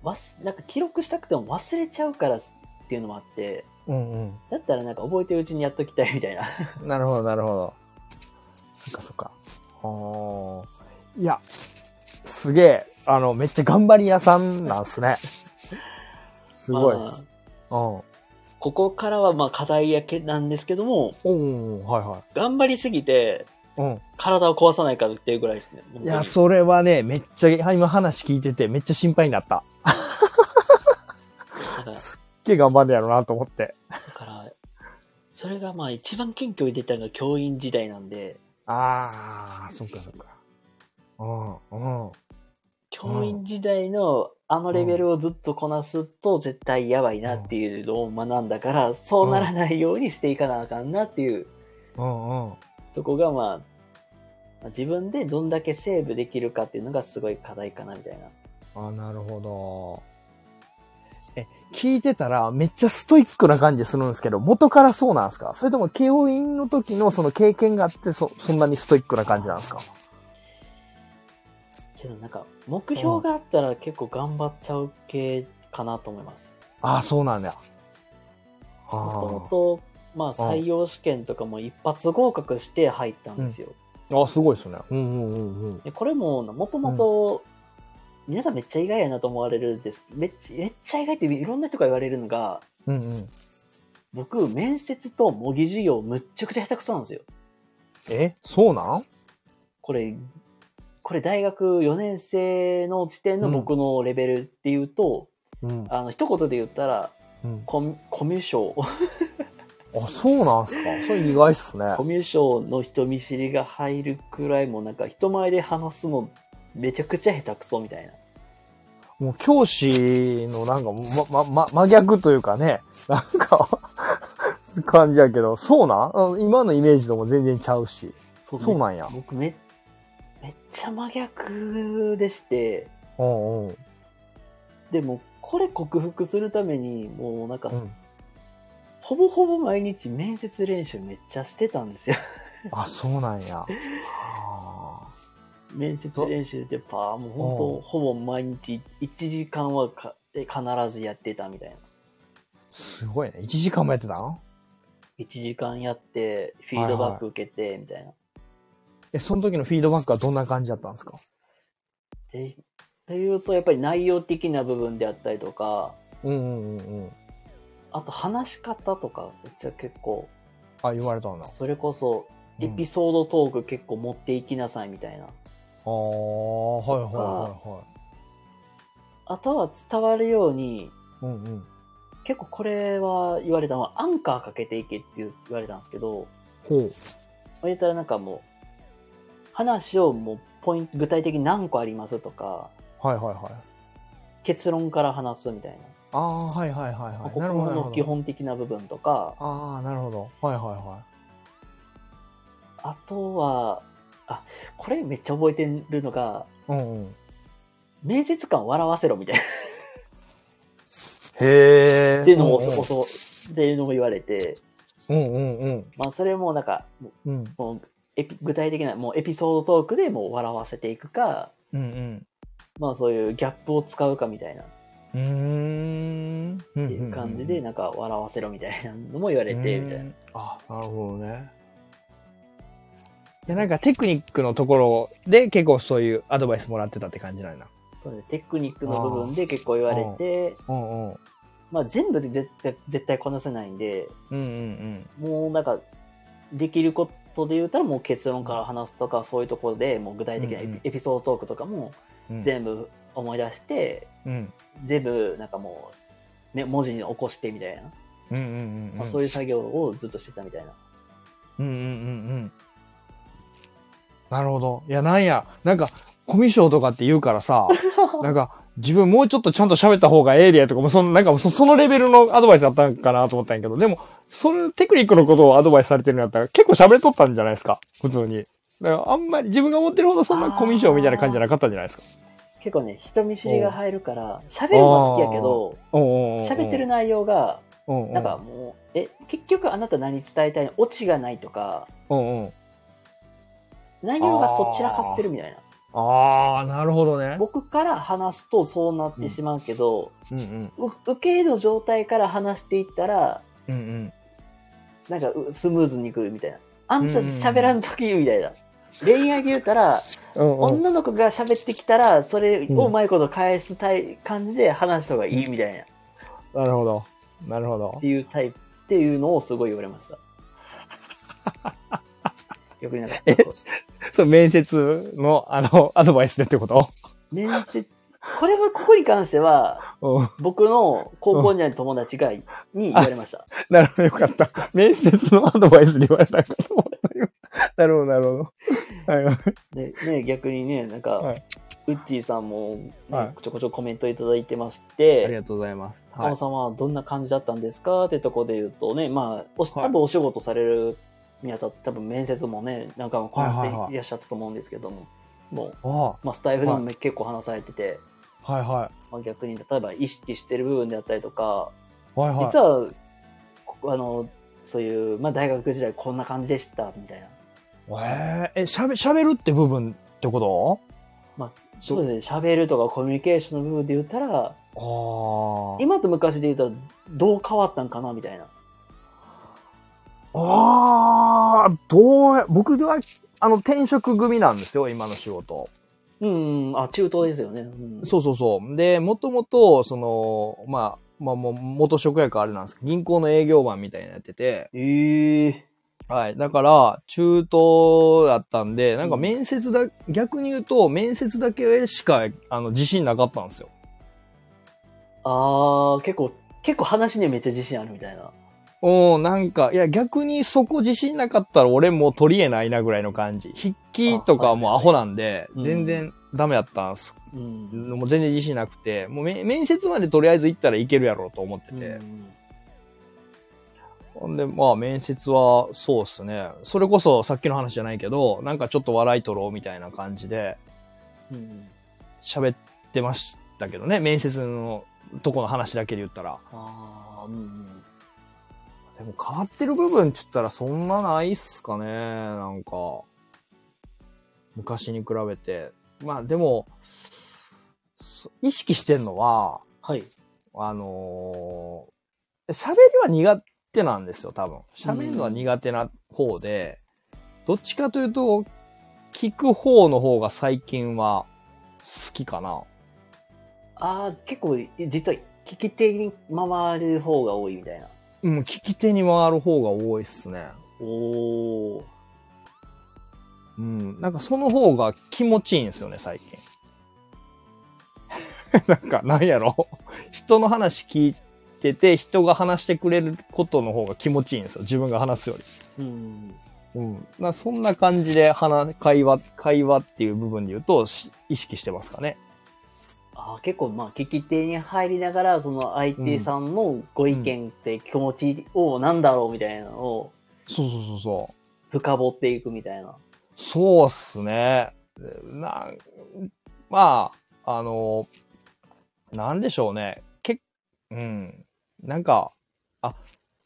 忘なんか記録したくても忘れちゃうからっていうのもあって、うんだったらなんか覚えてるうちにやっときたいみたいな。うん。なるほど、なるほど。そっかそっか。ああ。いや、すげえ、あの、めっちゃ頑張り屋さんなんすね。すごい。まあうん。ここからはまあ課題やけなんですけども、おおはいは頑張りすぎてい。うん。体体を壊さないかっていうぐらいですね。本当いにや、それはね、めっちゃ、今話聞いてて、めっちゃ心配になった。だから、すっげえ頑張るやろうなと思って。だからそれがまあ一番謙虚に出たのが教員時代なんで、ああ、そっかそっか。うん、うん。教員時代のあのレベルをずっとこなすと絶対やばいなっていうのを学んだから、そうならないようにしていかなあかんなっていううんうん。とこがまあ、自分でどんだけセーブできるかっていうのがすごい課題かなみたいな。あ、なるほど。え、聞いてたらめっちゃストイックな感じするんですけど、元からそうなんですかそれとも教員の時のその経験があってそ、そんなにストイックな感じなんですかけどなんか目標があったら結構頑張っちゃう系かなと思います。ああ、そうなんだ。あもとーもとまあ採用試験とかも一発合格して入ったんですよ。あー、すごいですね。うんうんうんうん。でこれももともと皆さんめっちゃ意外やなと思われるんですめっちゃめっちゃ意外っていろんな人から言われるのがうんうん。僕面接と模擬授業むっちゃくちゃ下手くそなんですよ。え、そうなんこれこれ大学4年生の時点の僕のレベルっていうと、うん。あの一言で言ったらうん、コミコミュ障あ、そうなんすかそれ意外っすね。コミュ障の人見知りが入るくらいもうなんか人前で話すのめちゃくちゃ下手くそみたいな。もう教師のなんか、ま、ま、ま、真逆というかね、なんか、 [LAUGHS] 感じやけど、そうなんうん今のイメージとも全然ちゃうし。そそうなんや。僕めめっちゃ真逆でして、うんうん。でもこれ克服するためにもうなんか、うんほぼほぼ毎日面接練習めっちゃしてたんですよ。 [LAUGHS] あ、そうなんや。は面接練習でパーもう本うん当ほぼ毎日1時間はかえ必ずやってたみたいな。あすごいね。1時間もやってたん1時間やってフィードバック受けてみたいな。え、その時のフィードバックはどんな感じだったんですかでというとやっぱり内容的な部分であったりとかうんうんうんうん。あと話し方とかめっちゃ結構あ、言われたんだ。それこそうんエピソードトーク結構持っていきなさいみたいな、あー、はいはいはいはあとは伝わるようにい。うんうん。結構これは言われたのはアンカーかけていけって言われたんですけどほう。言ったらなんかもう話をもうポイント具体的に何個ありますとかはいはいはい。結論から話すみたいな、あー、はいはいはいはい。国なるほ語どなるのほ基ど。本的な部分とかあー、なるほど。はいはいはい。あとはあこれめっちゃ覚えてるのがうんうん。面接官を笑わせろみたいなへえ。っていうのもそうそうっていうのも言われて、うんうんうんまあ、それもなんかもうん。うんうもうエピ具体的なもうエピソードトークでもう笑わせていくか、うんまあ、そういうギャップを使うかみたいなっうん。うん。ってていう感じでなんか笑わせろみたいなのも言われてみたいな。あ、なるほどね。いや、なんかテクニックのところで結構そういうアドバイスもらってたって感じなんだ。そうねテクニックの部分で結構言われてうんうん。まあ、全部で絶対絶対こなせないんでうんうんもうなんかできることで言ったらもう結論から話すとかそういうところでもう具体的なエうんうんピエピソードトークとかもうん。全部思い出してうん。全部なんかもう、ね、文字に起こしてみたいなうんうんうんまあ、そういう作業をずっとしてたみたいな。うんうんうんうん。なるほど。いや、なんや、なんか、コミュ障とかって言うか [LAUGHS] らさ、なんか、自分もうちょっとちゃんと喋った方がええでやとかも、その、なんかそ、そのレベルのアドバイスだったんかなと思ったんやけど、でも、それ、テクニックのことをアドバイスされてるんやったら、結構喋れとったんじゃないですか、普通に。だから、あんまり自分が思ってるほどそんなコミュ障みたいな感じじゃなかったんじゃないですか。結構ね、人見知りが入るから、喋るのは好きやけど、おうおうおう喋ってる、内容が、うんうん、なんか、もう、え、結局あなた何伝えたいのオチがないとか、うんうん。内容がどちらかってるみたいな。あー、なるほどね。僕から話すとそうなってしまうけど、うんうん。う受けの状態から話していったら、うんうん。なんかうスムーズにいくみたいな。あんうんたうんうん喋らんときみたいな。恋愛で言うたら、うんうん、女の子が喋ってきたら、それをうまいこと返すタイ感じで話した方がいいみたいな。っなるほど。なるほどて。いうタイプっていうのをすごい言われました。 [LAUGHS] よくなんか、そう、面接の、あの、アドバイスでってこと面接、これは、ここに関しては、うん。僕の高校時代の友達が、に言われました。なるほど、よかった。面接のアドバイスに言われたかと思った。なるほど、なるほど。はいはい。でね、逆にね、なんか、はウッチーさんもね、はいちょこちょこコメントいただいてまして、がとうございます。高は尾い。さんはどんな感じだったんですかってとこで言うとね、まあ、おしはい多分お仕事されるにあたって、多分面接もね、なんかこなはいしはいはていいらっしゃったと思うんですけども、もああ、はう、まあ、スタイフでもは結構話されてて、いはまあ、逆に例えば意識してる部分であったりとか、い。はいはい。実は、こあの、そういう、まあ、大学時代こんな感じでした、みたいな。えー、え、しゃべ、しゃべるって部分ってこそうですね、喋るとかコミュニケーションの部分で言ったら、と今と昔で言うとどう変わったんかなみたいな。ああ。ああ、どう、僕は、あの、転職組なんですよ、今の仕事。うん、あ、中東ですよね。うん、そうそうそう。で、もともと、その、まあ、まあ、もう元職やからあれなんですけど、銀行の営業マンみたいなのやってて、ええはい。だから、中東だったんで、なんか面接だ、逆に言うと、面接だけしか、あの、自信なかったんですよ。ああ、結構、結構話にはめっちゃ自信あるみたいな。うん、なんか、いや、逆にそこ自信なかったら俺もう取り柄ないなぐらいの感じ。筆記とかはもうアホなんで、あはいはい全然ダメだったんです。うん。もう全然自信なくて、もうめ面接までとりあえず行ったらいけるやろうと思ってて。うんほんで、まあ、面接は、そうっすね。それこそ、さっきの話じゃないけど、なんかちょっと笑い取ろうみたいな感じで、うん、喋ってましたけどね。面接のとこの話だけで言ったら。ああ、うん。でも、変わってる部分って言ったら、そんなないっすかね。なんか、昔に比べて。まあ、でも、そ意識してんのは、はい。あのー喋りは苦手なんですよ、多分。喋るのは苦手な方で、どっちかというと、聞く方の方が最近は好きかな。ああ、結構、実は聞き手に回る方が多いみたいな。うん、聞き手に回る方が多いっすね。おお。うん、なんかその方が気持ちいいんですよね、最近。 [LAUGHS] なんか、なんやろ。人の話聞いてて、人が話してくれることの方が気持ちいいんですよ、自分が話すより。うん。うん。まあ、そんな感じで話、会話、会話っていう部分で言うと、し意識してますかね。ああ、結構、まあ、聞き手に入りながら、その相手さんのご意見って気持ちをなんだろうみたいなのをそうそうそうそう。深掘っていくみたいな。そうっすね。なん、まあ、あの、なんでしょうね。けうん。なんか、あ、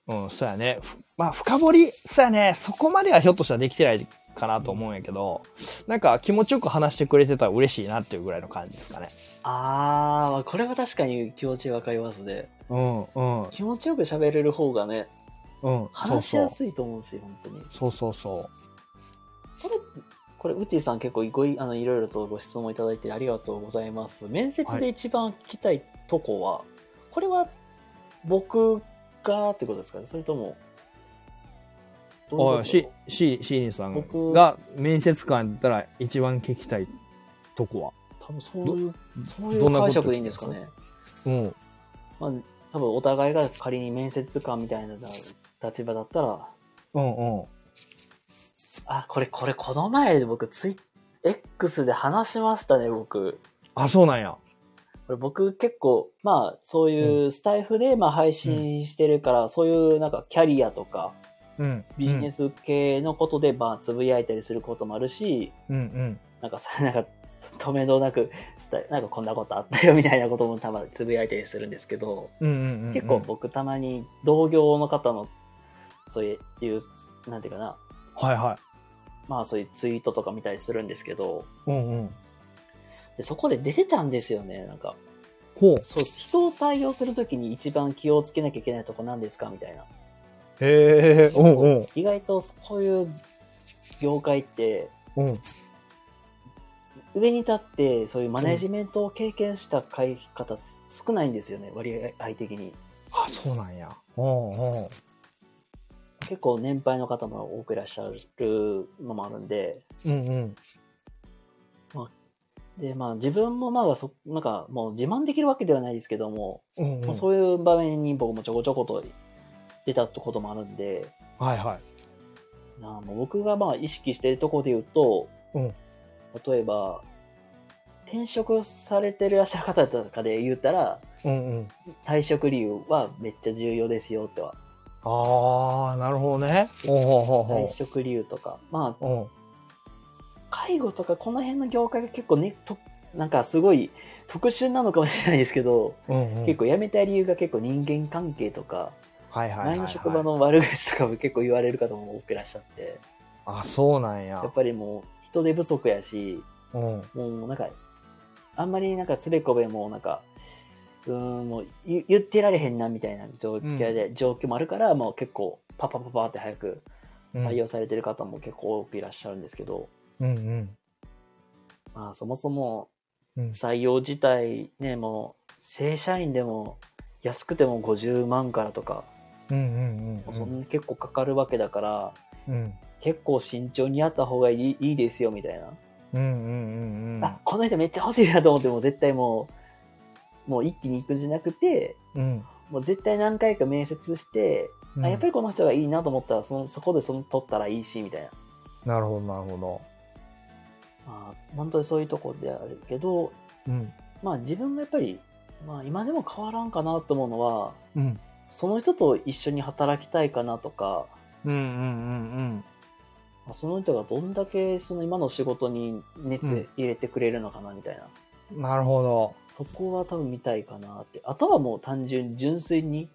うん、そうやね。ふまあ、深掘り、そうやね。そこまではひょっとしたらできてないかなと思うんやけど、なんか気持ちよく話してくれてたら嬉しいなっていうぐらいの感じですかね。ああ、これは確かに気持ちわかりますね。うん、うん、気持ちよく喋れる方がね、うん。話しやすいと思うし、本当に。そうそうそう。これ、うちーさん結構ごいあのいろいろとご質問いただいてありがとうございます。面接で一番聞きたいとこは、これは僕がってことですかねそれとも、どういうこおとい、し、し、シーリンさ僕んが面接官だったら一番聞きたいとこは。多分そういう、そういどうんなこ解と釈でいいんですかね。うん。まあ、多分お互いが仮に面接官みたいな立場だったら、うんうん。あ、これ、これ、この前僕、ツイ X で話しましたね、僕。あ、そうなんや。これ僕結構、まあ、そういううスタイフで、まあ、配信してるから、そういうなんかキャリアとか、うん。ビジネス系のことで、まあ、つぶやいたりすることもあるし、うんうん。なんかさ、なんか、止めどなく、スタイなんかこんなことあったよみたいなこともたまにつぶやいたりするんですけど、うんうんうん。結構。僕たまに同業の方の、そういう、なんていうかな、はいはまあそういうツイートとか見たりするんですけど、い。うんうん。でそこで出てたんですよね、なんか。ほう。そうです人を採用するときに一番気をつけなきゃいけないとこなんですかみたいな。へえ、うんうん。意外とこういう業界って、うん。上に立ってそういうマネジメントを経験した会方って少ないんですよね、割合的に。あ、そうなんや。うんうん。結構年配の方も多くいらっしゃるのもあるんで、うんうん。で、まあ自分もまだそ、なんかもう自慢できるわけではないですけども、うんうんまあ、そういう場面に僕もちょこちょこと出たこともあるんで、はいはい。なあもう僕がまあ意識してるところで言うと、うん例えば転職されてらっしゃる方とかで言ったらうんうん。退職理由はめっちゃ重要ですよってはああ、なるほどね。ほうほうほう退ほ職理由とかまう。うん。あ介護とかこの辺の業界が結構ねとなんかすごい特殊なのかもしれないですけど、うんうん、結構辞めた理由が結構人間関係とか、はいはいはい、は前い。の職場の悪口とかも結構言われる方も多くいらっしゃってあ、そうなんややっ。ぱりもう人手不足やしうん。もうなんか、あんまりなんかつべこべもなんか、うーん、もう言言ってられへんなみたいな状況で、状況もあるから、もう結構パパパパって早く採用されてる方も結構多くいらっしゃるんですけど、うんうん。まあそもそもうん採用自体ね、もう正社員でも安くても50万からとか、うんうんうん。そんな結構かかるわけだから、うん。結構慎重にやった方がいいいいですよみたいな。うんうんうんうん。あこの人めっちゃ欲しいなと思ってもう絶対もうもう一気に行くんじゃなくてうん。もう絶対何回か面接して、うんあやっぱりこの人がいいなと思ったらそのそこでその取ったらいいしみたいな、なるほどなるほど。まあ、本当にそういうとこであるけどうん。まあ自分もやっぱり、まあ、今でも変わらんかなと思うのはうん。その人と一緒に働きたいかなとか、うんうんうんまあその人がどんだけその今の仕事にう熱ん入れてくれるのかなみたいな、うん。なるほそこは多分見たいかなってあとはもう単純純粋に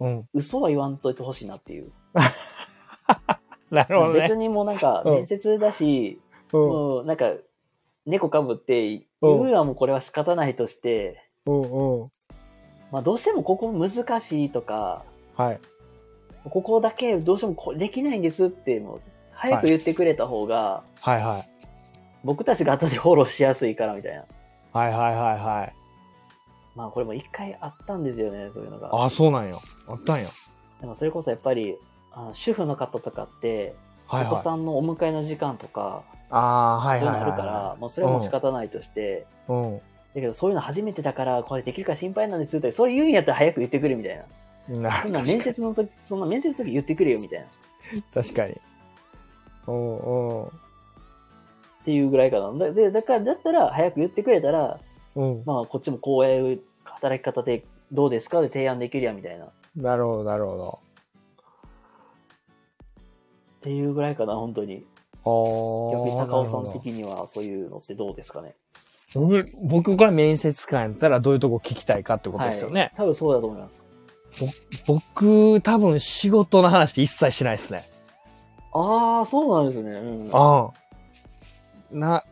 ど。うん。嘘は言わんといてほしいなっていう。なるほどね別。にもうなんか、うん面接だし、うんもうなんか、猫かぶって、う言んうのはもうこれは仕方ないとして、うんうん。まあどうしてもここ難しいとか、はい。ここだけどうしてもこできないんですって、もう早く言ってくれた方が、はいはい。僕たちが後でフォローしやすいからみたいな。はいはいはいはい。まあこれも一回あったんですよね、そういうのが。あ、そうなんや。あったんや。でもそれこそやっぱり、あの主婦の方とかって、はいお子はい。さんのお迎えの時間とか、ああー、はいそういうはいのあはいるから、もうそれはもう仕方ないとして、はい。だけどそういうの初めてだからこれできるか心配なんですってそういうんやったら早く言ってくれみたいなうん。なそるんな面接の時そんな面接の時言ってくれよみたいなっ確かに。うんていうぐらいかなだでだからだったら早く言ってくれたらうん。うん。まあこっちもこういう働き方でどうですかで提案できるやみたいなっなるほどなるほど。ていうぐらいかな本当に逆にああ。高尾なさるんほど的にはそういうのってどうですかね僕僕が面接官やったらどういうとこ聞きたいかってことですよはねい。多分そうだと思います僕、多分仕事の話一切しないですね。ああそうなんですねうんうん。な、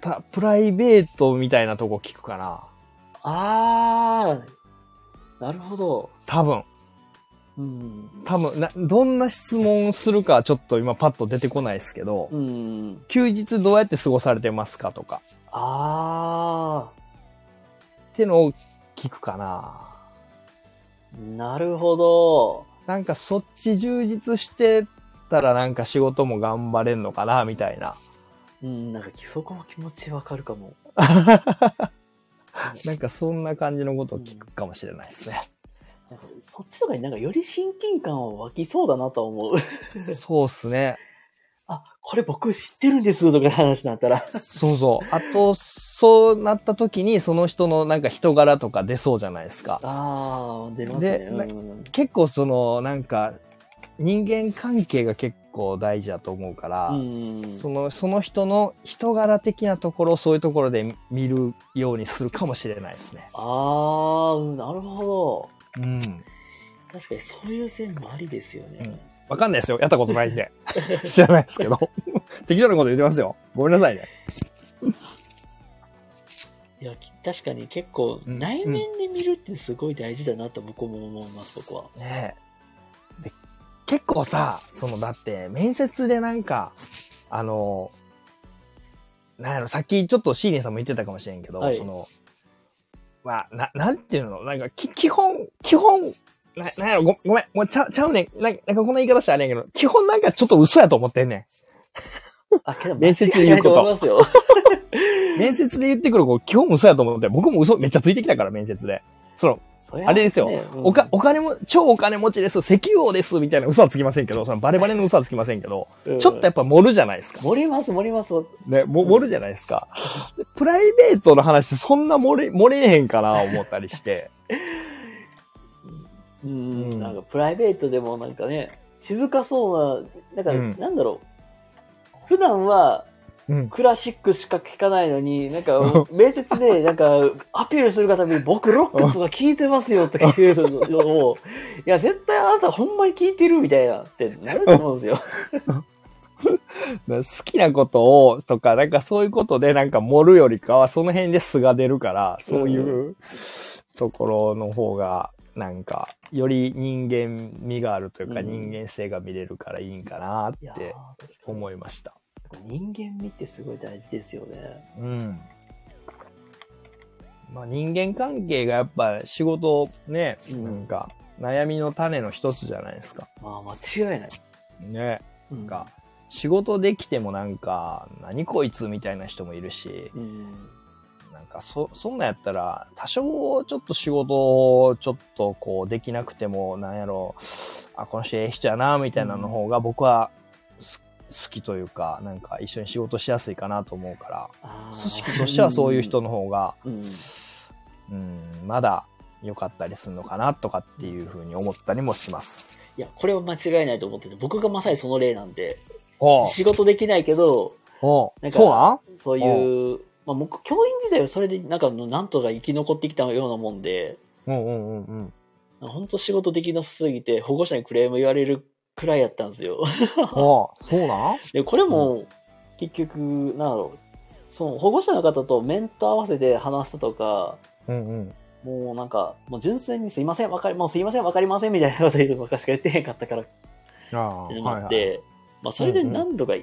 た、プライベートみたいなとこ聞くかな。あーなるほど多分。うん多分、な、どんな質問するかちょっと今パッと出てこないですけど、うん休日どうやって過ごされてますかとか、ああってのを聞くかな。なるほど。なんかそっち充実してたらなんか仕事も頑張れんのかな、みたいな。うん、なんかそこも気持ちわかるかも。なんかそんな感じのことを聞くかもしれないですね。なんかそっちとかになんかより親近感は湧きそうだなとは思う。 [LAUGHS] そうっすね。あ、これ僕知ってるんですとか話になったら。そうそう。あと、そうなった時に、その人のなんか人柄とか出そうじゃないです [LAUGHS] か。ああ、出ますね。でうんなうん結構その、なんか、人間関係が結構大事だと思うから、うんその、その人の人柄的なところをそういうところで見るようにするかもしれないですね。ああ、うんなるほうん。ど。確かにそういう線もありですよね。わかんないですよ。やったことないん [LAUGHS] で。知らないですけど。適当なこと言ってますよ。ごめんなさいね。いや、き確かに結構うん内面で見るってすごい大事だなと僕も思い [LAUGHS] ます、僕は。ねえ。で結構さ、その、だって、面接でなんか、あの、なんやろ、さっきちょっとシーリンさんも言ってたかもしれんけど、はいその、まあ、な、なんていうのなんか、き、基本、基本、な、なんやろ、ごごめん、もうちゃちゃうねん。なんか、なんかこんな言い方したらあれやけど、基本なんかちょっと嘘やと思ってんねあ、 [LAUGHS] けど面接で言うこと間違いないと思いますよ。ん。面接で言ってくる子、基本嘘やと思って、僕も嘘めっちゃついてきたから、面接で。その、 [LAUGHS] そりゃあれですよねうんおか、お金も、超お金持ちです、石油王です、みたいな嘘はつきませんけど、そのバレバレの嘘はつきませんけど、うんちょっとやっぱ盛るじゃないですか。盛ります、盛ります。ね、も盛るじゃないですか。でプライベートの話、そんな盛れ、盛れへんかな、思ったりして。ううんん、なんかプライベートでもなんかね、静かそうな、なうんんか、なんだろう。普段は [LAUGHS] うん。クラシックしか聴かないのに、なん [LAUGHS] か、面接で、なんか、アピールするがために、僕ロックとか聴いてますよとか言うの [LAUGHS] を、いや、絶対あなたほんまに聴いてるみたいなってなると思うんですよ。好きなことを、とか、なんかそういうことで、なんか盛るよりかは、その辺で素が出るから、そういうところの方が、なんか、より人間味があるというか、うん人間性が見れるから [LAUGHS] いいんかなっいやてー確かに思いました。人間味ってすごい大事ですよね。うん。まあ人間関係がやっぱ仕事ね、うんなんか悩みの種の一つじゃないですか。まあ、間違いない。ね。うんなんか仕事できてもなんか何こいつみたいな人もいるし、うん。なんかそ、そんなんやったら多少ちょっと仕事をちょっとこうできなくてもなんやろ、あ、この人ええ人やなみたいなの方が僕はす好きというか、なんか一緒に仕事しやすいかなと思うから、あー組織としてはそういう人。の方が、うん。うん、まだ良かったりするのかなとかっていうふうに思ったりもします。いや、これは間違いないと思ってて、僕がまさにその例なんで、おう仕事できないけど、おなうんかそうなんそういう、まあ、僕、教員時代はそれで、なんか、なんとか生き残ってきたようなもんで、うんうんうんうん。本当仕事できなさすぎて、保護者にクレーム言われるくらいやったんですよ。 [LAUGHS] おうそうなんで、これも、結局、なんだろう、その保護者の方と面と合わせて話すとか、うんうん。もうなんか、もう純粋にすいません、わかり、もうすいません、わかりませんみたいなこと言うばっかしか言ってへんかったからあっあ、てなっはいて、はい。まあ、それで何度かい、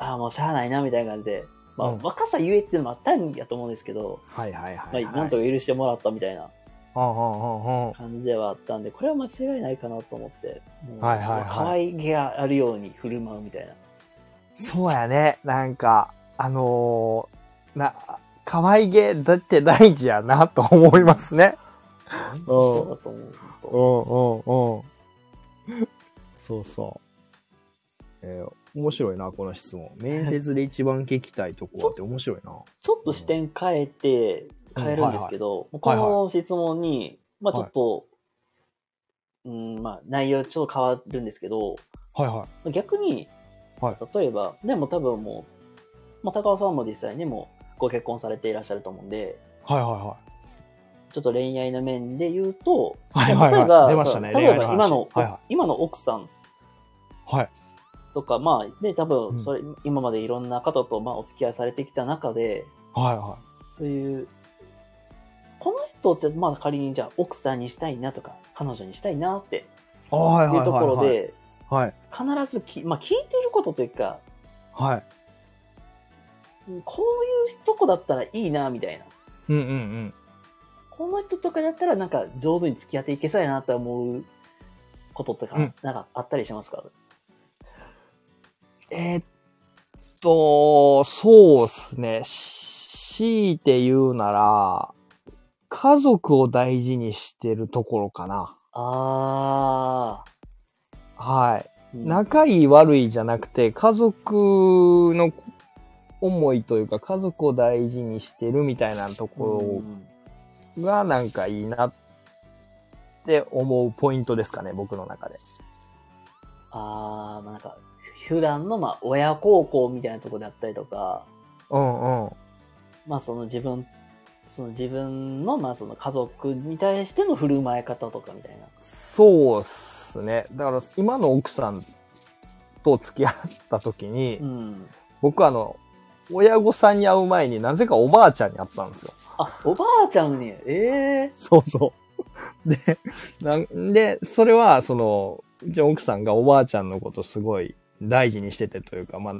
ああもうしゃあないなみたいな感じで、まあうん若さゆえっていうのもあったんやと思うんですけど、はいはいまはあ、い。なんとか許してもらったみたいなはんはんはんはん。感じではあったんでこれは間違いないかなと思ってもうはいはいはい可愛げがあるように振る舞うみたいなそうやね。なんか、あのー、な、可愛げだって大事やなと思いますね。そうだと思ううとんうんうん。そうそう。えー面白いな、この質問。面接で一番聞きたいとこはって面白いな。ちょっと視点変えて変えるんですけど、はいはいこの質問に、まあ、ちょっと、うんまあ、内容ちょっと変わるんですけど、はいはい。逆に、は例えばでも多分もう、まあ、高尾さんも実際にもうご結婚されていらっしゃると思うんではいはいはい。ちょっと恋愛の面で言うと、 [LAUGHS] はいはいはい例えば出ましたねそう例え恋愛のば話今の,、はいはい今の奥さんはい。とかまあで多う分んそれ、今までいろんな方とまあお付き合いされてきた中ではいはそういうこの人ってまあ仮にじゃあ奥さんにしたいなとか彼女にしたいなってい。はいいうところはいではい。必ずき、まあ、聞いてることというかはい。うんこういうとこだったらいいなみたいなうんうんうん。この人とかだったらなんか上手に付き合っていけそうやなって思うこととか、うんなんかあったりしますかえーっと、そうっすね。し強いて言うなら、家族を大事にしてるところかな。あはい。ー。仲いい悪いじゃなくて、家族の思いというか、家族を大事にしてるみたいなところがなんかいいなって思うポイントですかね、僕の中で。あー、まあなんか、普段のまあ親孝行みたいなところであったりとか、うんうん。まあその自分、その自分のまあその家族に対しての振る舞い方とかみたいな。そうっすね。だから今の奥さんと付き合った時に、うん。僕あの、親御さんに会う前になぜかおばあちゃんに会ったんですよ。あ、おばあちゃんに、ええそうそう。で、なんで、それは、その、うちの奥さんがおばあちゃんのことすごい大事にしててというか、まあ、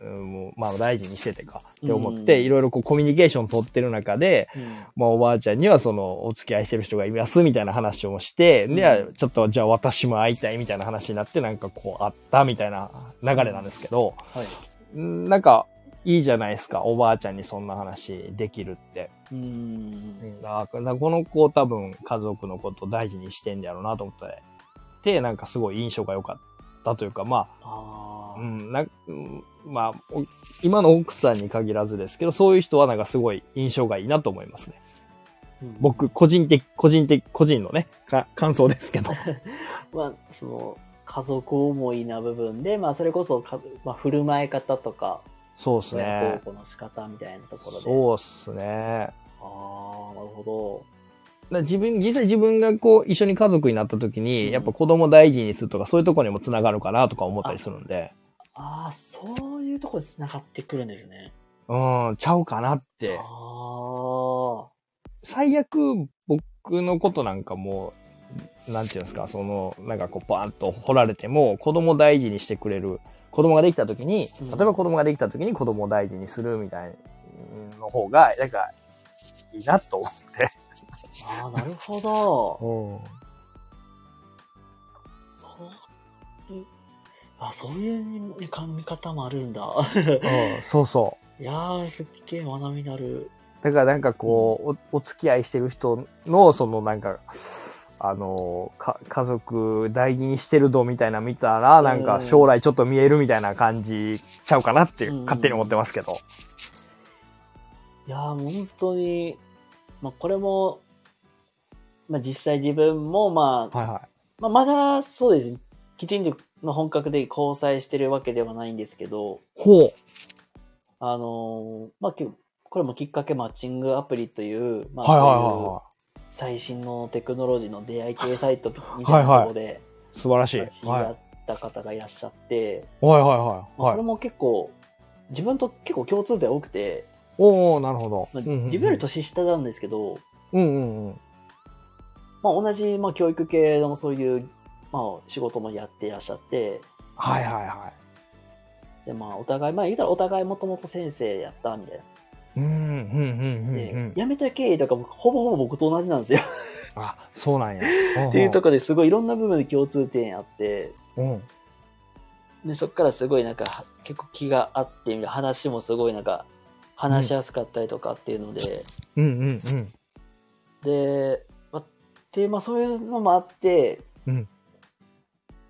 うんもうまあ大事にしててかって思って、うんいろいろこうコミュニケーション取ってる中で、まあおばあちゃんにはそのお付き合いしてる人がいますみたいな話をして、でうん、ちょっとじゃあ私も会いたいみたいな話になってなんかこうあったみたいな流れなんですけど、はい。うんなんかいいじゃないですか、おばあちゃんにそんな話できるって。うん。あだからこの子多分家族のこと大事にしてんだろうなと思って、で、なんかすごい印象が良かったというか、まああ、あ、うん、なんうんまあ、お今の奥さんに限らずですけど、そういう人はなんかすごい印象がいいなと思いますね。うん僕、個人的、個人的、個人のね、か感想ですけど。まあ、その、家族思いな部分で、まあ、それこそか、まあ、振る舞い方とか、そうっす親孝ね。行の仕方みたいなところで。そうっすね。ああ、なるほだから自分、実際自分がこう、一緒に家族になった時うんに、やっぱ子供大事にするとか、そういうところにも繋がるかなとか思ったりするんで、ど。ああ、そういうところで繋がってくるんですね。うん、ちゃうかなってあ。あ。最悪僕のことなんかもう、なんていうんですか、その、なんかこう、バーンと掘られても、子供大事にしてくれる。子供ができた時にうん、例えば子供ができた時に子供を大事にするみたいなの方が、なんか、いいなと思って。ああ、なるほど。そういう、あ、そういう、ね、考え方もあるんだ。 [LAUGHS] うん、 [LAUGHS] そうそいやー、すっげえ学びになる。う。だからなんかこう、おお付き合いしてる人の、そのなんか、あのか家族大事にしてる度みたいな見たら、なんか将来ちょっと見えるみたいな感じちゃうかなって、うん勝手に思ってますけど。いやー、本当に、まあ、これも、まあ、実際自分も、まあ、はいはい。まあ、まだ、そうですね。きちんとの本格で交際してるわけではないんですけど、ほう。あのーまあ、きこれもきっかけマッチングアプリという、まあ、はいはいそういうは最新のテクノロジーの出会い系サイトみたいなところで、い。素晴らしい。マはッチンいグはいあった方がいらっしゃって、はいはいまあはこれい。も結構、自分と結構共通点多くて、おおなるほど。まあうんうんうん自分より年下なんですけど、うんうんうん。まあ、同じ、まあ、教育系のそういう、まあ、仕事もやっていらっしゃって、はいはいはでまあ、お互い、まあ、言うたらお互いもともと先生やったみたいい。うんうんうな。んうんで、うん。辞めた経緯とかもほぼほぼ僕と同じなんですよ。あ、そ [LAUGHS] うなんや。っっていうとこ。ころですごいいろんな部分で共通点あって、うん。でそこからすごいなんかは結構気があってみたいな話もすごいなんか話しやすかったりとかっていうので、うんうんうん。で、まあ、で、まあ、そういうのもあって、うん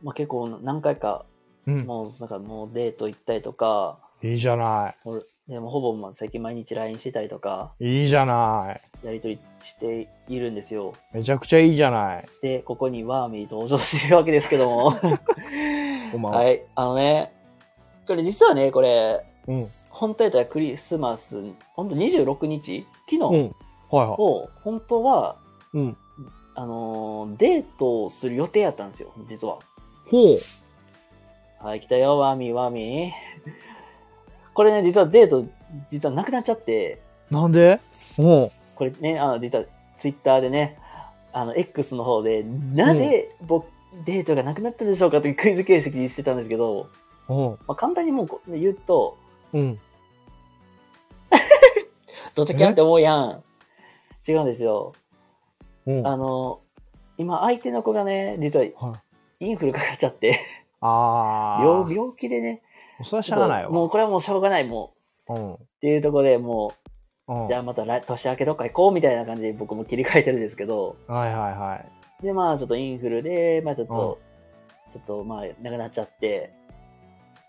まあ、結構何回かうん。もうなんかもうデート行ったりとか、いいじゃなもうでもほぼまあ最近毎日 LINE してたりとか、い。いいじゃない。やりとりしているんですよ。めちゃくちゃいいじゃない。で、ここにワーミー登場してるわけですけども。こんばんははい、あのね、これ実はね、これ、うん。本当やったらクリスマス、本当26日昨日うん。はいはを、本当は、い。うん。あのーデートをする予定やったんですよ、実は。ほう。はい、来たよ、ワーミー、ワーミー。 [LAUGHS] これね、実はデート、実はなくなっちゃって、なんでうん。これね、あの実はツイッターでね、あの X の方で、なぜ僕、デートがなくなったんでしょうかというクイズ形式にしてたんですけど、うん。まあ、簡単にもうこう言うと、うん。ドタキャンって思うやん。違うんですよ。うん。あはい。の、今、相手の子がね、実はインフルかかっちゃって、あ病病気でね、あ。それはしゃあないもわう。これはもうしょうがない、もうん。う。っていうところでもうんじゃあまた来年明けどっか行こうみたいな感じで僕も切り替えてるんですけど、はいはいはい。で、まあちょっとインフルで、まあちょっと、ちょっとまあなくなっちゃって、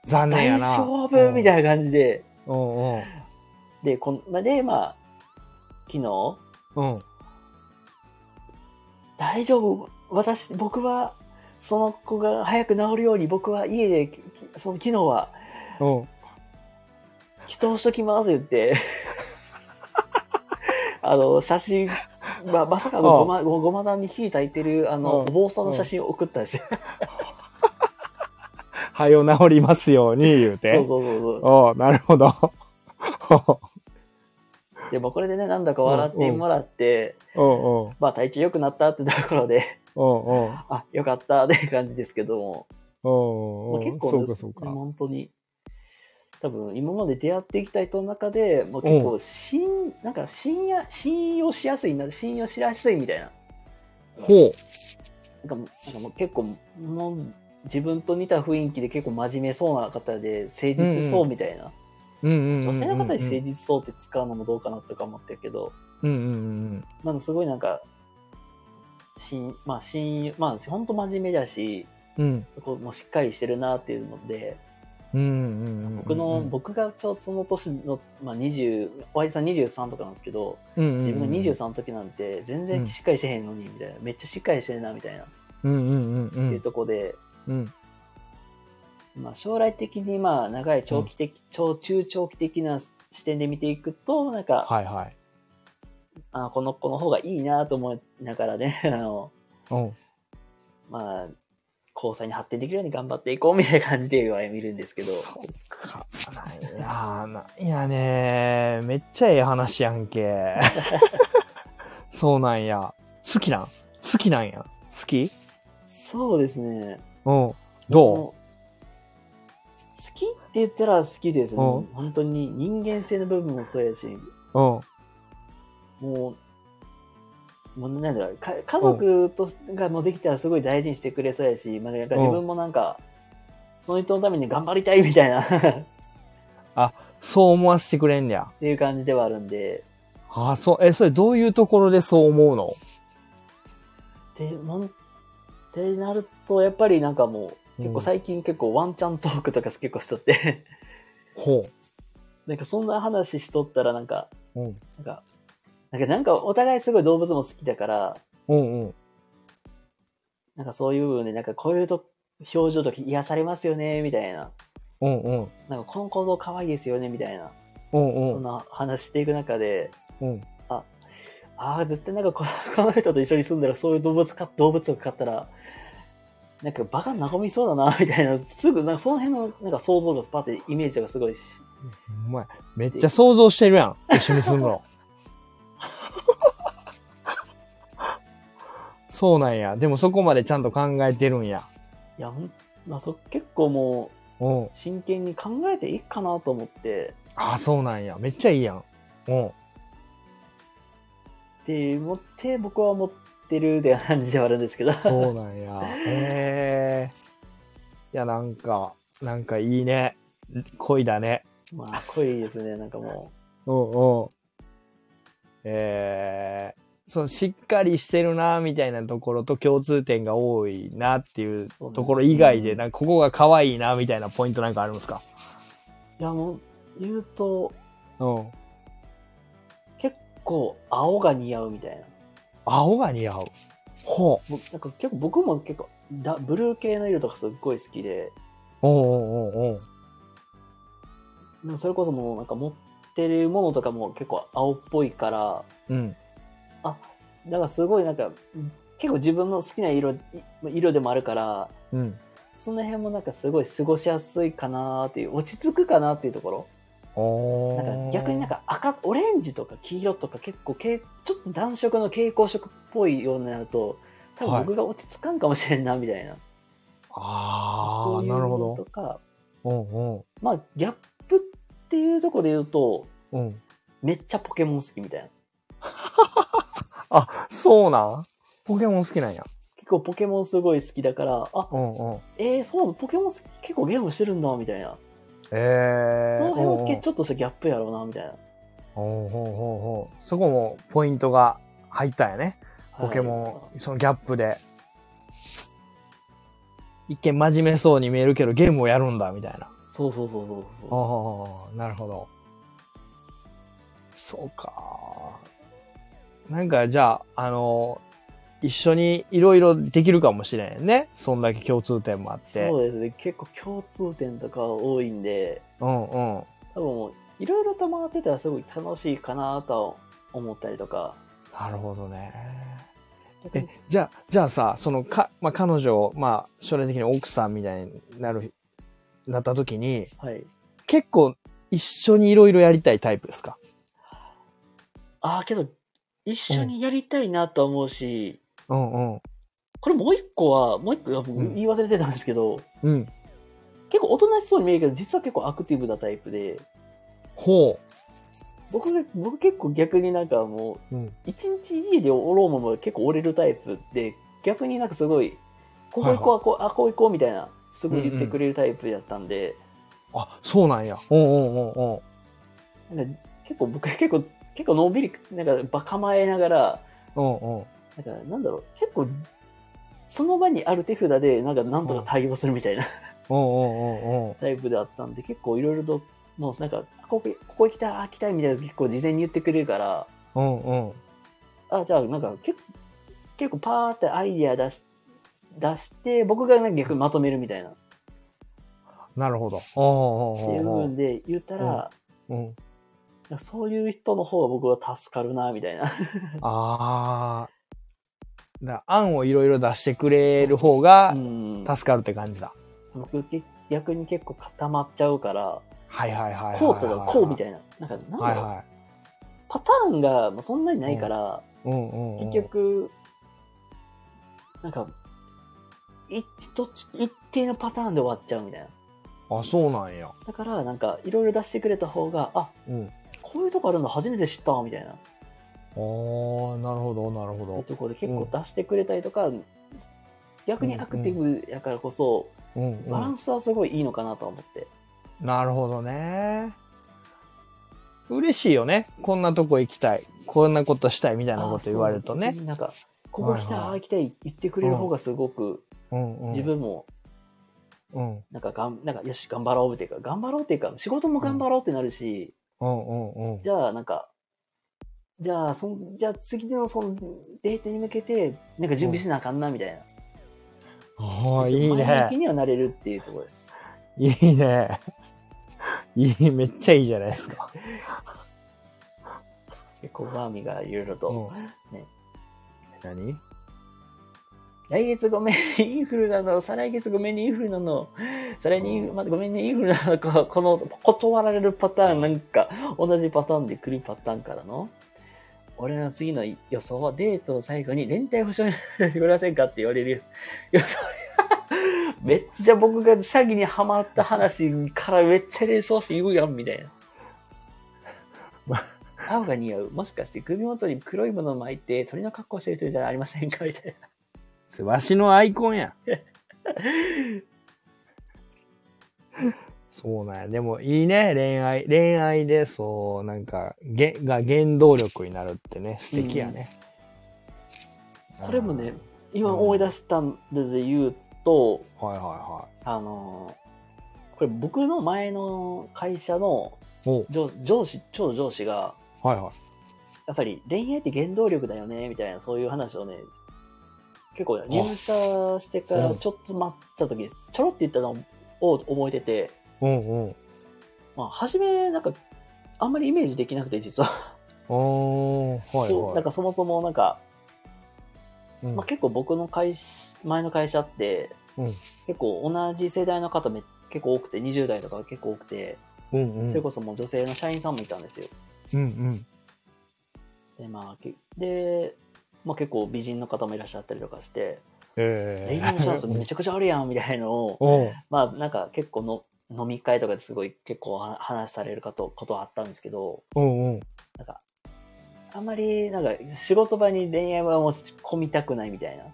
残念や大な。丈夫みたいいな感じで、な。うんうん。で、こんまあで、まあ、昨日、うん。大丈夫私僕はその子が早く治るように僕は家でききその機能はうん。祈祷しときます言って [LAUGHS] あの写真、まあ、まさかのごまごごま団に火焚いてるあのうんお坊さんの写真を送ったんですよ。はよ治りますように言うて。そうそうそうそうおうなるほど。 [LAUGHS] でもこれでねなんだか笑ってもらって、うんうん。まあ体調良くなったってところでうんうん。あ良かったっていう感じですけども、うんうまあ、んうん。結構そねうかそうか。本当に多分今まで出会ってきた人の中で、まあ、結構信、なんか信や信用しやすいな信用しやすいみたいなほなんかもうなんかもう結構もう自分と似た雰囲気で結構真面目そうな方で誠実そうみたいな、う。うんうんうんうんうん。女性の方に誠実そうって使うのもどうかなとか思ってるけど、うんうんうんなんかすごいなんか信まあ信用まあ本当真面目だしうん。うん。そこもしっかりしてるなっていうので。うんうんうんうん。僕の、僕がちょうどその年の、まあ、20お相手さん23とかなんですけど自自分が23の時なんて全然しっかりしてへんのにみたいな、めっちゃしっかりしてるなみたいな、うんうんうっていうんとこで、うん。まあ、将来的にまあ長い長期的、超中長期的な視点で見ていくとなんか、はいはい。あこの子の方がいいなと思いながらね [LAUGHS] あのうん。まあ交際に発展できるように頑張っていこうみたいな感じでは見るんですけどそっか。いやー、なんやねー。めっちゃええ話やんけ。 [LAUGHS] そうなんや。好きなん好きなんや。好きそうですねうん。どもう好きって言ったら好きですね。うん本当に人間性の部分もそうやし、ううん。もう、もうなんだろうか家族とがもうできたらすごい大事にしてくれそうやし、まあ、なんかうん自分もなんか、その人のために頑張りたいみたいな [LAUGHS] っそう思わせてくれんねや。ていう感じではあるんで、あ、そう、え、それどういうところでそう思うのでもんってなると、やっぱりなんかもう、結う構ん最近結構ワンチャントークとか結構しとって、 [LAUGHS] ほなんかそんな話しとったらなんか、う。うん。なんか、なんかなんかお互いすごい動物も好きだから、うんうん。なんかそういう部分で、なんかこういうと表情とき癒されますよね、みたいな。うんうん。なんかこの行動可愛いですよね、みたいな。うんうそんん。な話していく中で、うん。ああ、絶対なんかこの [LAUGHS] この人と一緒に住んだらそういう動物か、動物を飼ったら、なんか場が和みそうだな、みたいな。すぐ、なんかその辺のなんか想像がパッてイメージがすごいし。お前、めっちゃ想像してるやん。一緒に住むの。 [LAUGHS] そうなんや。でもそこまでちゃんと考えてるんや。いや、ほんまあ、そ結構もうんう。真剣に考えていいかなと思って、あ、そうなんや。めっちゃいいやん。うん。で、持って僕は持ってるって感じではあるんですけど。そうなんや。へえ。いや、なんか、なんかいいね。恋だね。 [LAUGHS] まあ、濃いですね、なんかもう。うんうん。えー、そのしっかりしてるなみたいなところと共通点が多いなっていうところ以外で、うんなんかここが可愛いなみたいなポイントなんかあるんですかいやもう言うとうん。結構青が似合うみたいな青が似合う。ほ僕なんか結構僕も結構だブルー系の色とかすっごい好きでう。うんうんうんうん。なんかそれこそもうなんか持ってるものとかも結構青っぽいからうん。だからすごいなんか結構自分の好きな色い色でもあるからうん。その辺もなんかすごい過ごしやすいかなーっていう落ち着くかなっていうところおなーんか逆になん、か赤オレンジとか黄色とか結構けいちょっと暖色の蛍光色っぽいようになると多分僕が落ち着かんかもしれんなみたいな、あそうー、いうなるのとほかど。うんうん。まあギャップっていうところで言うとうん。めっちゃポケモン好きみたいなあ、そうなんポケモン好きなんや。結構ポケモンすごい好きだからあうんうん。えー、そうポケモン好き結構ゲームしてるんだみたいなえー。その辺うんはうんけちょっとしたギャップやろうなみたいなあほうほうほうほう。そこもポイントが入ったんやね。ポケモン、そのギャップで。一見真面目そうに見えるけど、ゲームをやるんだ、みたいな。ン。そうそうそうそうあそあ、なるほど。そうか。なんか、じゃあ、あの、一緒にいろいろできるかもしれんね。そんだけ共通点もあっう。て。そうですね。結構共通点とか多いんで、うんうん。多分もう、いろいろと回ってたらすごい楽しいかなとは思ったりとか。なるほどね。え、じゃあ、じゃあさ、そのか、まあ、彼女を、まあ、将来的に奥さんみたいになる、なった時に、はい。結構一緒にいろいろやりたいタイプですかああ、けど、一緒にやりたいなと思うし、うんうん。これもう一個は、もう一個あん言い忘れてたんですけど、うん。結構おとなしそうに見えるけど、実は結構アクティブなタイプで、ほ僕が、僕結構逆になんかもう。うん。う、一日家でおろうもんも結構折れるタイプで、逆になんかすごい、ここ行こう、こうあ、こう行こうみたいな、すごい言ってくれるタイプだったんで、あ、そうなんや。うんうんうんうん。なんか結構僕 [LAUGHS] 結構、結構のんびり、なんかば構えながら、うんうん。なんかなんだろう、結構、その場にある手札で、なんかなんとか対応するみたいな。 [LAUGHS] うんうんうんうん。ライブであったんで結構いろいろともうなんかあここここ行きたいあ行きたいみたいなの結構事前に言ってくれるからうんうん。あじゃあなんか結結構パーってアイディア出し出して僕がなんか逆にまとめるみたいなっなるほど。ておいううん部うん分で言ったら、うんうん。なんかそういう人の方が僕は助かるなみたいなあー。だから案をいろいろ出してくれる方がうん助かるって感じだ。僕け逆に結構固まっちゃうからはいはいはいはいはい。こうとかこうみたいいななんかなんはだいろう、はい。パターンがまあそんなにないから、うんうんうん。結局、なんか、い一つ一定のパターンで終わっちゃうみたいな。あ、そうなんや。だから、なんか、いろいろ出してくれた方が、あうん。こういうとこあるの初めて知ったみたいな。あー、なるほど、なるほところで結構出してくれたりとか、逆にアクティブやからこそ、ど。うん、バランスはすごいいいのかなとは思って。なるほどね。嬉しいよね。こんなとこ行きたい。こんなことしたいみたいなこと言われるとあーね。そうなんか、ここ来たい、はいはいああ行きたい、言ってくれる方がすごく、うんうん自分も、うんなんかがん、なんか、よし、頑張ろうっていうか、頑張ろうっていうか、仕事も頑張ろうってなるし、うんうんうん。じゃあ、なんか、じゃあ、そんじゃあ次のそのデートに向けて、なんか準備せなあかんな、みたいな。ああ、いい前向きね。にはなれるっていうところです。いいね。いい、めっちゃいいじゃないですか。結構、バーミがいろいろと、ね何来月ごめん、インフルなの、再来月ごめんね、インフルなの、再来に、ま、ごめんね、インフルなの、ここの、断られるパターン、なんか、同じパターンで来るパターンからの、俺の次の予想は、デートの最後に連帯保証になってくれませんかって言われる予想。めっちゃ僕が詐欺にハマった話からめっちゃ連想して言うやん、みたいなま。青が似合う。もしかして首元に黒いものを巻いて鳥の格好してる人じゃありませんかみたいな。わしのアイコンや。 [LAUGHS] そうなんや。でもいいね。恋愛。恋愛で、そう、なんか、げが原動力になるってね、素敵やね。これもね、今うん思い出したんで言うと、うん。はいはいはあのーこれ僕の前の会社のい。お上上司、超上司が、はいはい。やっぱり恋愛って原動力だよね、みたいな、そういう話をね、結構入社してからちょっと待った時に、ちょろって言ったのを覚えてて、うんうん。まあ、初め、なんか、あんまりイメージできなくて、実は。おー、はいそうは [LAUGHS] なんい。かそもそも、なんか、うんまあ、結構僕の会社前の会社って、うん結構同じ世代の方め結構多くて20代とか結構多くて、うんうん。それこそもう女性の社員さんもいたんですようんうん。で,、まあけでまあ、結構美人の方もいらっしゃったりとかして「え恋愛のチャンスめちゃくちゃあるやん」みたいのを [LAUGHS] [LAUGHS] おうまあなんか結構の飲み会とかですごい結構は話されるかとことはあったんですけどうんうん。なんかあんまりなんか仕事場に恋愛はもう込みたくないみたいなはい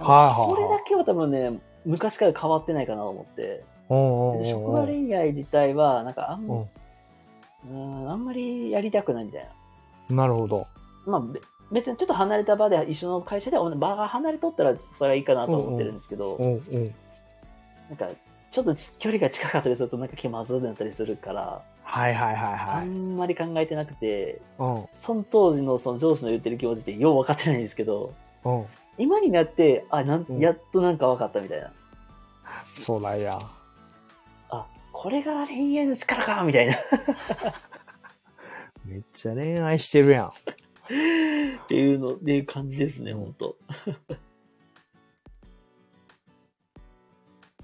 はいはいこれだけは多分ね昔から変わってないかなと思っておうおうおうおう職場恋愛自体はなんかあん、うんうん、あんまりやりたくないみたいな。なるほど。まあ、べ別にちょっと離れた場で一緒の会社でお場が離れとったらそれはいいかなと思ってるんですけど、うんうん。なんかちょっと距離が近かったりするとなんか気まずくなったりするから、はいはいはいあはい。んまり考えてなくてうその当時のその上司の言ってる気持ちってよう分かってないんですけどんうん。今になってあなんうんやっとなんか分かったみたいな、そうだや。あこれが恋愛の力かみたいなっめっちゃ恋愛してるやん。ていうのっていう感じですねうん本当 [LAUGHS]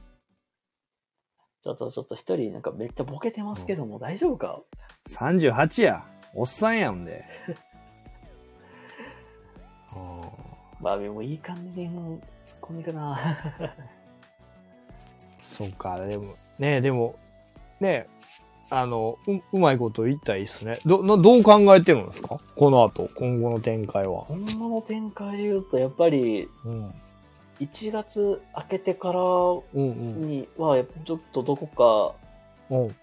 ちょっとちょっと一人なんかめっちゃボケてますけども大丈夫か38や。おっさんやんで。 [LAUGHS] あまあでもいい感じでもうツッコミかな [LAUGHS] ーそうか、でも、ねえ、でも、ねえ、あの、ううまいこと言ったらいいっすね。ど、などう考えてるんですかこの後、今後の展開は。今後の展開で言うとやっぱりうん。 1月明けてからうんにはちょっとどこかうん。うん。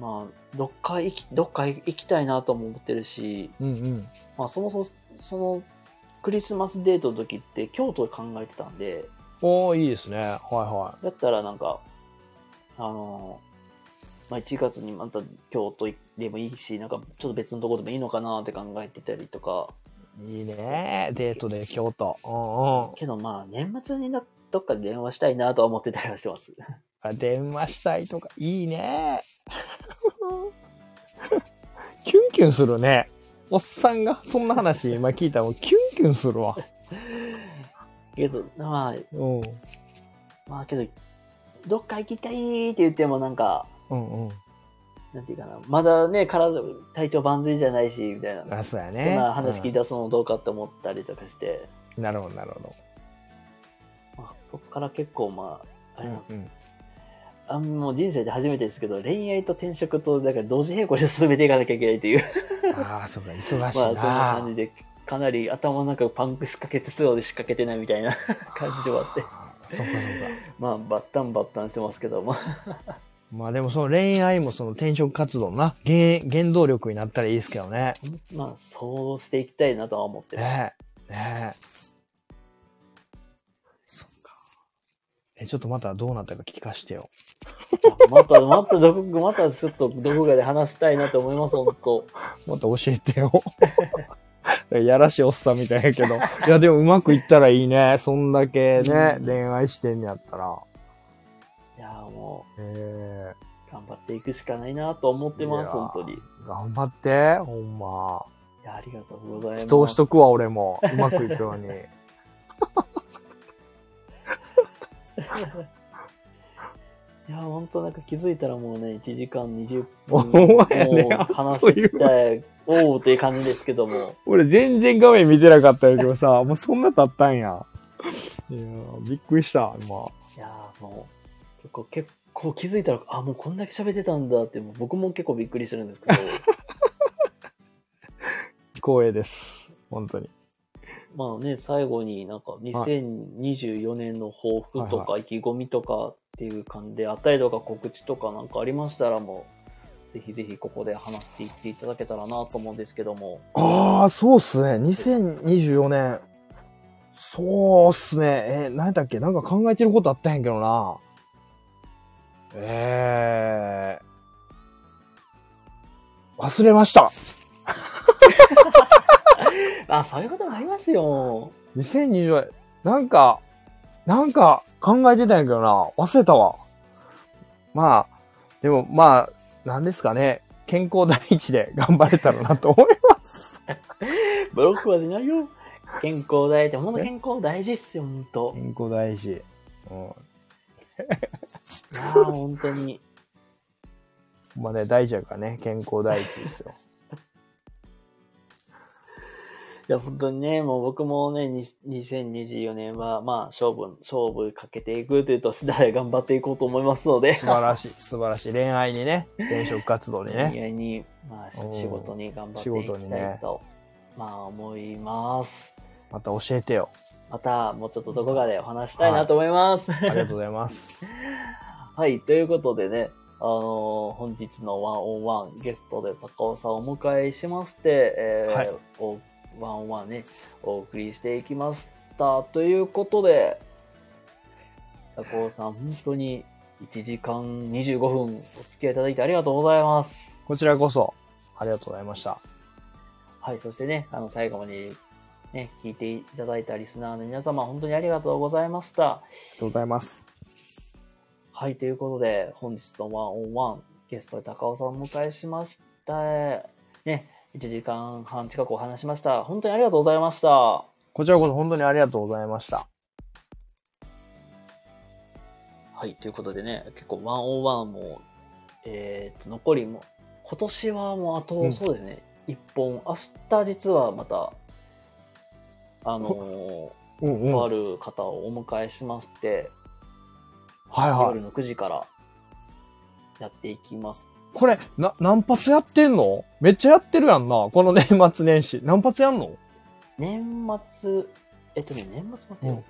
まあどっか行きどっか行きたいなとも思ってるし、うんうん。まあ、そもそもそのクリスマスデートの時って京都考えてたんでおー、いいですね。はいはだったらなんかあのまあ、1月にまた京都でもいいしなんかちょっと別のとこでもいいのかなって考えてたりとかい。いいね。デートで京都。うけどまあ年末になどっかで電話したいなとは思ってたりはしてます。 [LAUGHS] んうんあ。電話したいとか、いいね。 [LAUGHS] キュンキュンするね。おっさんがそんな話今聞いたらもうキュンキュンするわ。けどまうん。あまあけどどっか行きたいって言ってもなんかうんうん。なんていうかなまだね体体調万全じゃないしみたいな、あ、そうやそね。んな話聞いた。たらそのどうかって思ったりとかして、なるほど、なるほど。まあ、そこから結構まああれ、うんあもう人生で初めてですけど恋愛と転職とだから同時並行で進めていかなきゃいけないというああ、そうか、忙しいな。 [LAUGHS] まあそんな感じでかなり頭の中パンク仕掛けてそうで仕掛けてないみたいな感じで [SIGHS] はあってそっかそっか。まあバッタンバッタンしてますけどもまあでもその恋愛もその転職活動のな、原原動力になったらいいですけどね。まあそうしていきたいなとは思ってるねえ。ねえ。そっか。え、ちょっとまたどうなったか聞かしてよ。またまたどこまたちょっとどこかで話したいなと思います本当また教えてよ。 [LAUGHS] やらしいおっさんみたいやけど。いや、でもうまくいったらいいね。そんだけねう、ん恋愛してんやったら。いやーもええう頑張っていくしかないなと思ってますいやー本当にい頑張って、ほんま。やありがとうございますどうしとくわ、俺も。うまくいくように。いや、本当なんか気づいたらもうね、1時間20お分。前ねもう話してきて、おおっていう感じですけども。 [LAUGHS] 俺全然画面見てなかったんやけどさ、もうそんな経ったんや。いやーびっくりした、い今。やー、もう、結構、結構気づいたら、あ、もうこんだけ喋ってたんだって、もう僕も結構びっくりしてるんです [LAUGHS] けど、光栄です。本当に。まあね、最後になんか2024年の抱負とはいか意気込みとかっていう感じで、あったりとか告知とかなんかありましたらもう、ぜひぜひここで話していっていただけたらなと思うんですけども。ああ、そうっすね。2024年。そうっすね。えー、何だっけなんか考えてることあったんやけどな。ええ忘れました。あ、そういうこともありますよ。 2020年、なんか、なんか考えてたんやけどな。忘れたわ。まあ、でもまあ、なんですかね。健康第一で頑張れたらなと思います。ブロックはしない [LAUGHS] よ。健康大事。ほんと健康大事っすよ、ほんと。健康第一。うん。いやー、ほんとに。まあね、大事やからね。健康第一ですよ。いや、ほんとにね、もう僕もね、に2024年は、まあ、勝負、勝負かけていくという年で頑張っていこうと思いますので素、晴らしい、素晴らしい。恋愛にね、転職活動に恋ね。愛に、まあ、しうん仕事に頑張ってい仕事きにたねいと、まあ、思います。また教えてよ。また、もうちょっとどこかでお話したいなと思います。 [LAUGHS] ありがとうございます。はい、ということでね、あの本日のワンオンワンゲストで高尾さんをお迎えしまして、えーはいおワンオンワンねお送りしていきましたということで高尾さん本当に1時間25分お付き合いいただいてありがとうございます。こちらこそ、ありがとうございました。はい、そしてね、あの最後まで、ね、聞いていただいたリスナーの皆様、本当にありがとうございました。ありがとうございます。はい、ということで、本日のワンオンワン、ゲストで高尾さんをお迎えしました。ね、1時間半近くお話しました。本当にありがとうございました。こちらこそ本当にありがとうございました。はい、ということでね、結構ワンオンワンも、えー、と、残りも、今年はもうあうと、んそうですね、一1本、明日実はまた、あのうんー、うん。とあはいる方をお迎えしまして、はい夜。の9時からやっていきます。これ、な、何発やってんのめっちゃやってるやんな。この年末年始。何発やんの年末、えっとね、年末待ってよ。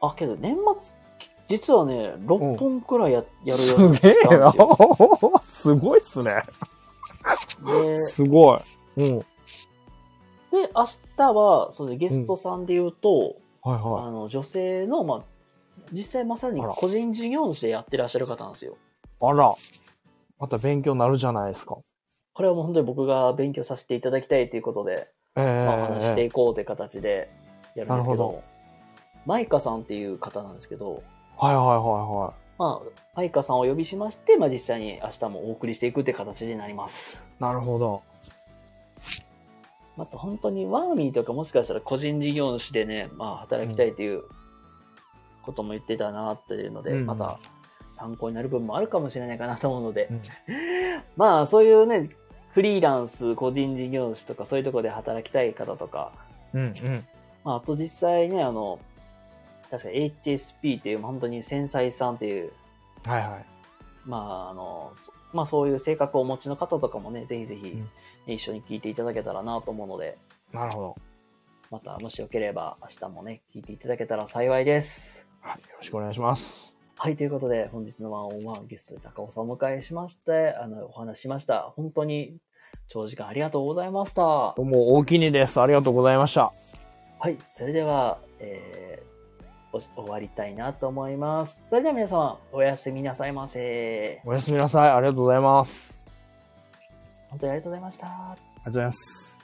あ、けど年末、実はね、6本くらいや,、やるすようになったんげえなで。 [LAUGHS] すごいっすね。すすごい。うん。よ。で、で明日は、そのゲストさんで言うと、はいあはの女性の、まあ、実際まさにあら個人事業主でやってらっしゃる方なんですよ。い。あら。また勉強になるじゃないですか。これはもう本当に僕が勉強させていただきたいということで、ええまあお話していこうという形でやるんですけなるほど、マイカさんっていう方なんですけど、はいはいはまあ、愛花さんをお呼びしまして、まあ、実際に明日もお送りしていくって形になります。いはい。なるほど。また本当にワーミーとかもしかしたら個人事業主でね、まあ、働きたいということも言ってたなというので、うんまた参考になる部分もあるかもしれないかなと思うので、うんまあそういうね、フリーランス、個人事業主とかそういうところで働きたい方とか、うんうん。まあ、あと実際ね、あの、確か HSP っていう本当に繊細さんっていうはいはい。まあ、あの、そまあそういう性格をお持ちの方とかもね、ぜひぜひうん一緒に聞いていただけたらなと思うので、なるほど。またもしよければ明日もね、聞いていただけたら幸いです。はい。よろしくお願いします。はい、ということで本日のワンオンワンゲストで高尾さんをお迎えしまして、あの、お話ししました。本当に長時間ありがとうございました。はどうも、大きにです。ありがとうございました。い、それでは、えーおし終わりたいなと思います。それでは皆様、おやすみなさいませ。おやすみなさい。ありがとうございます。本当にありがとうございました。ありがとうございます。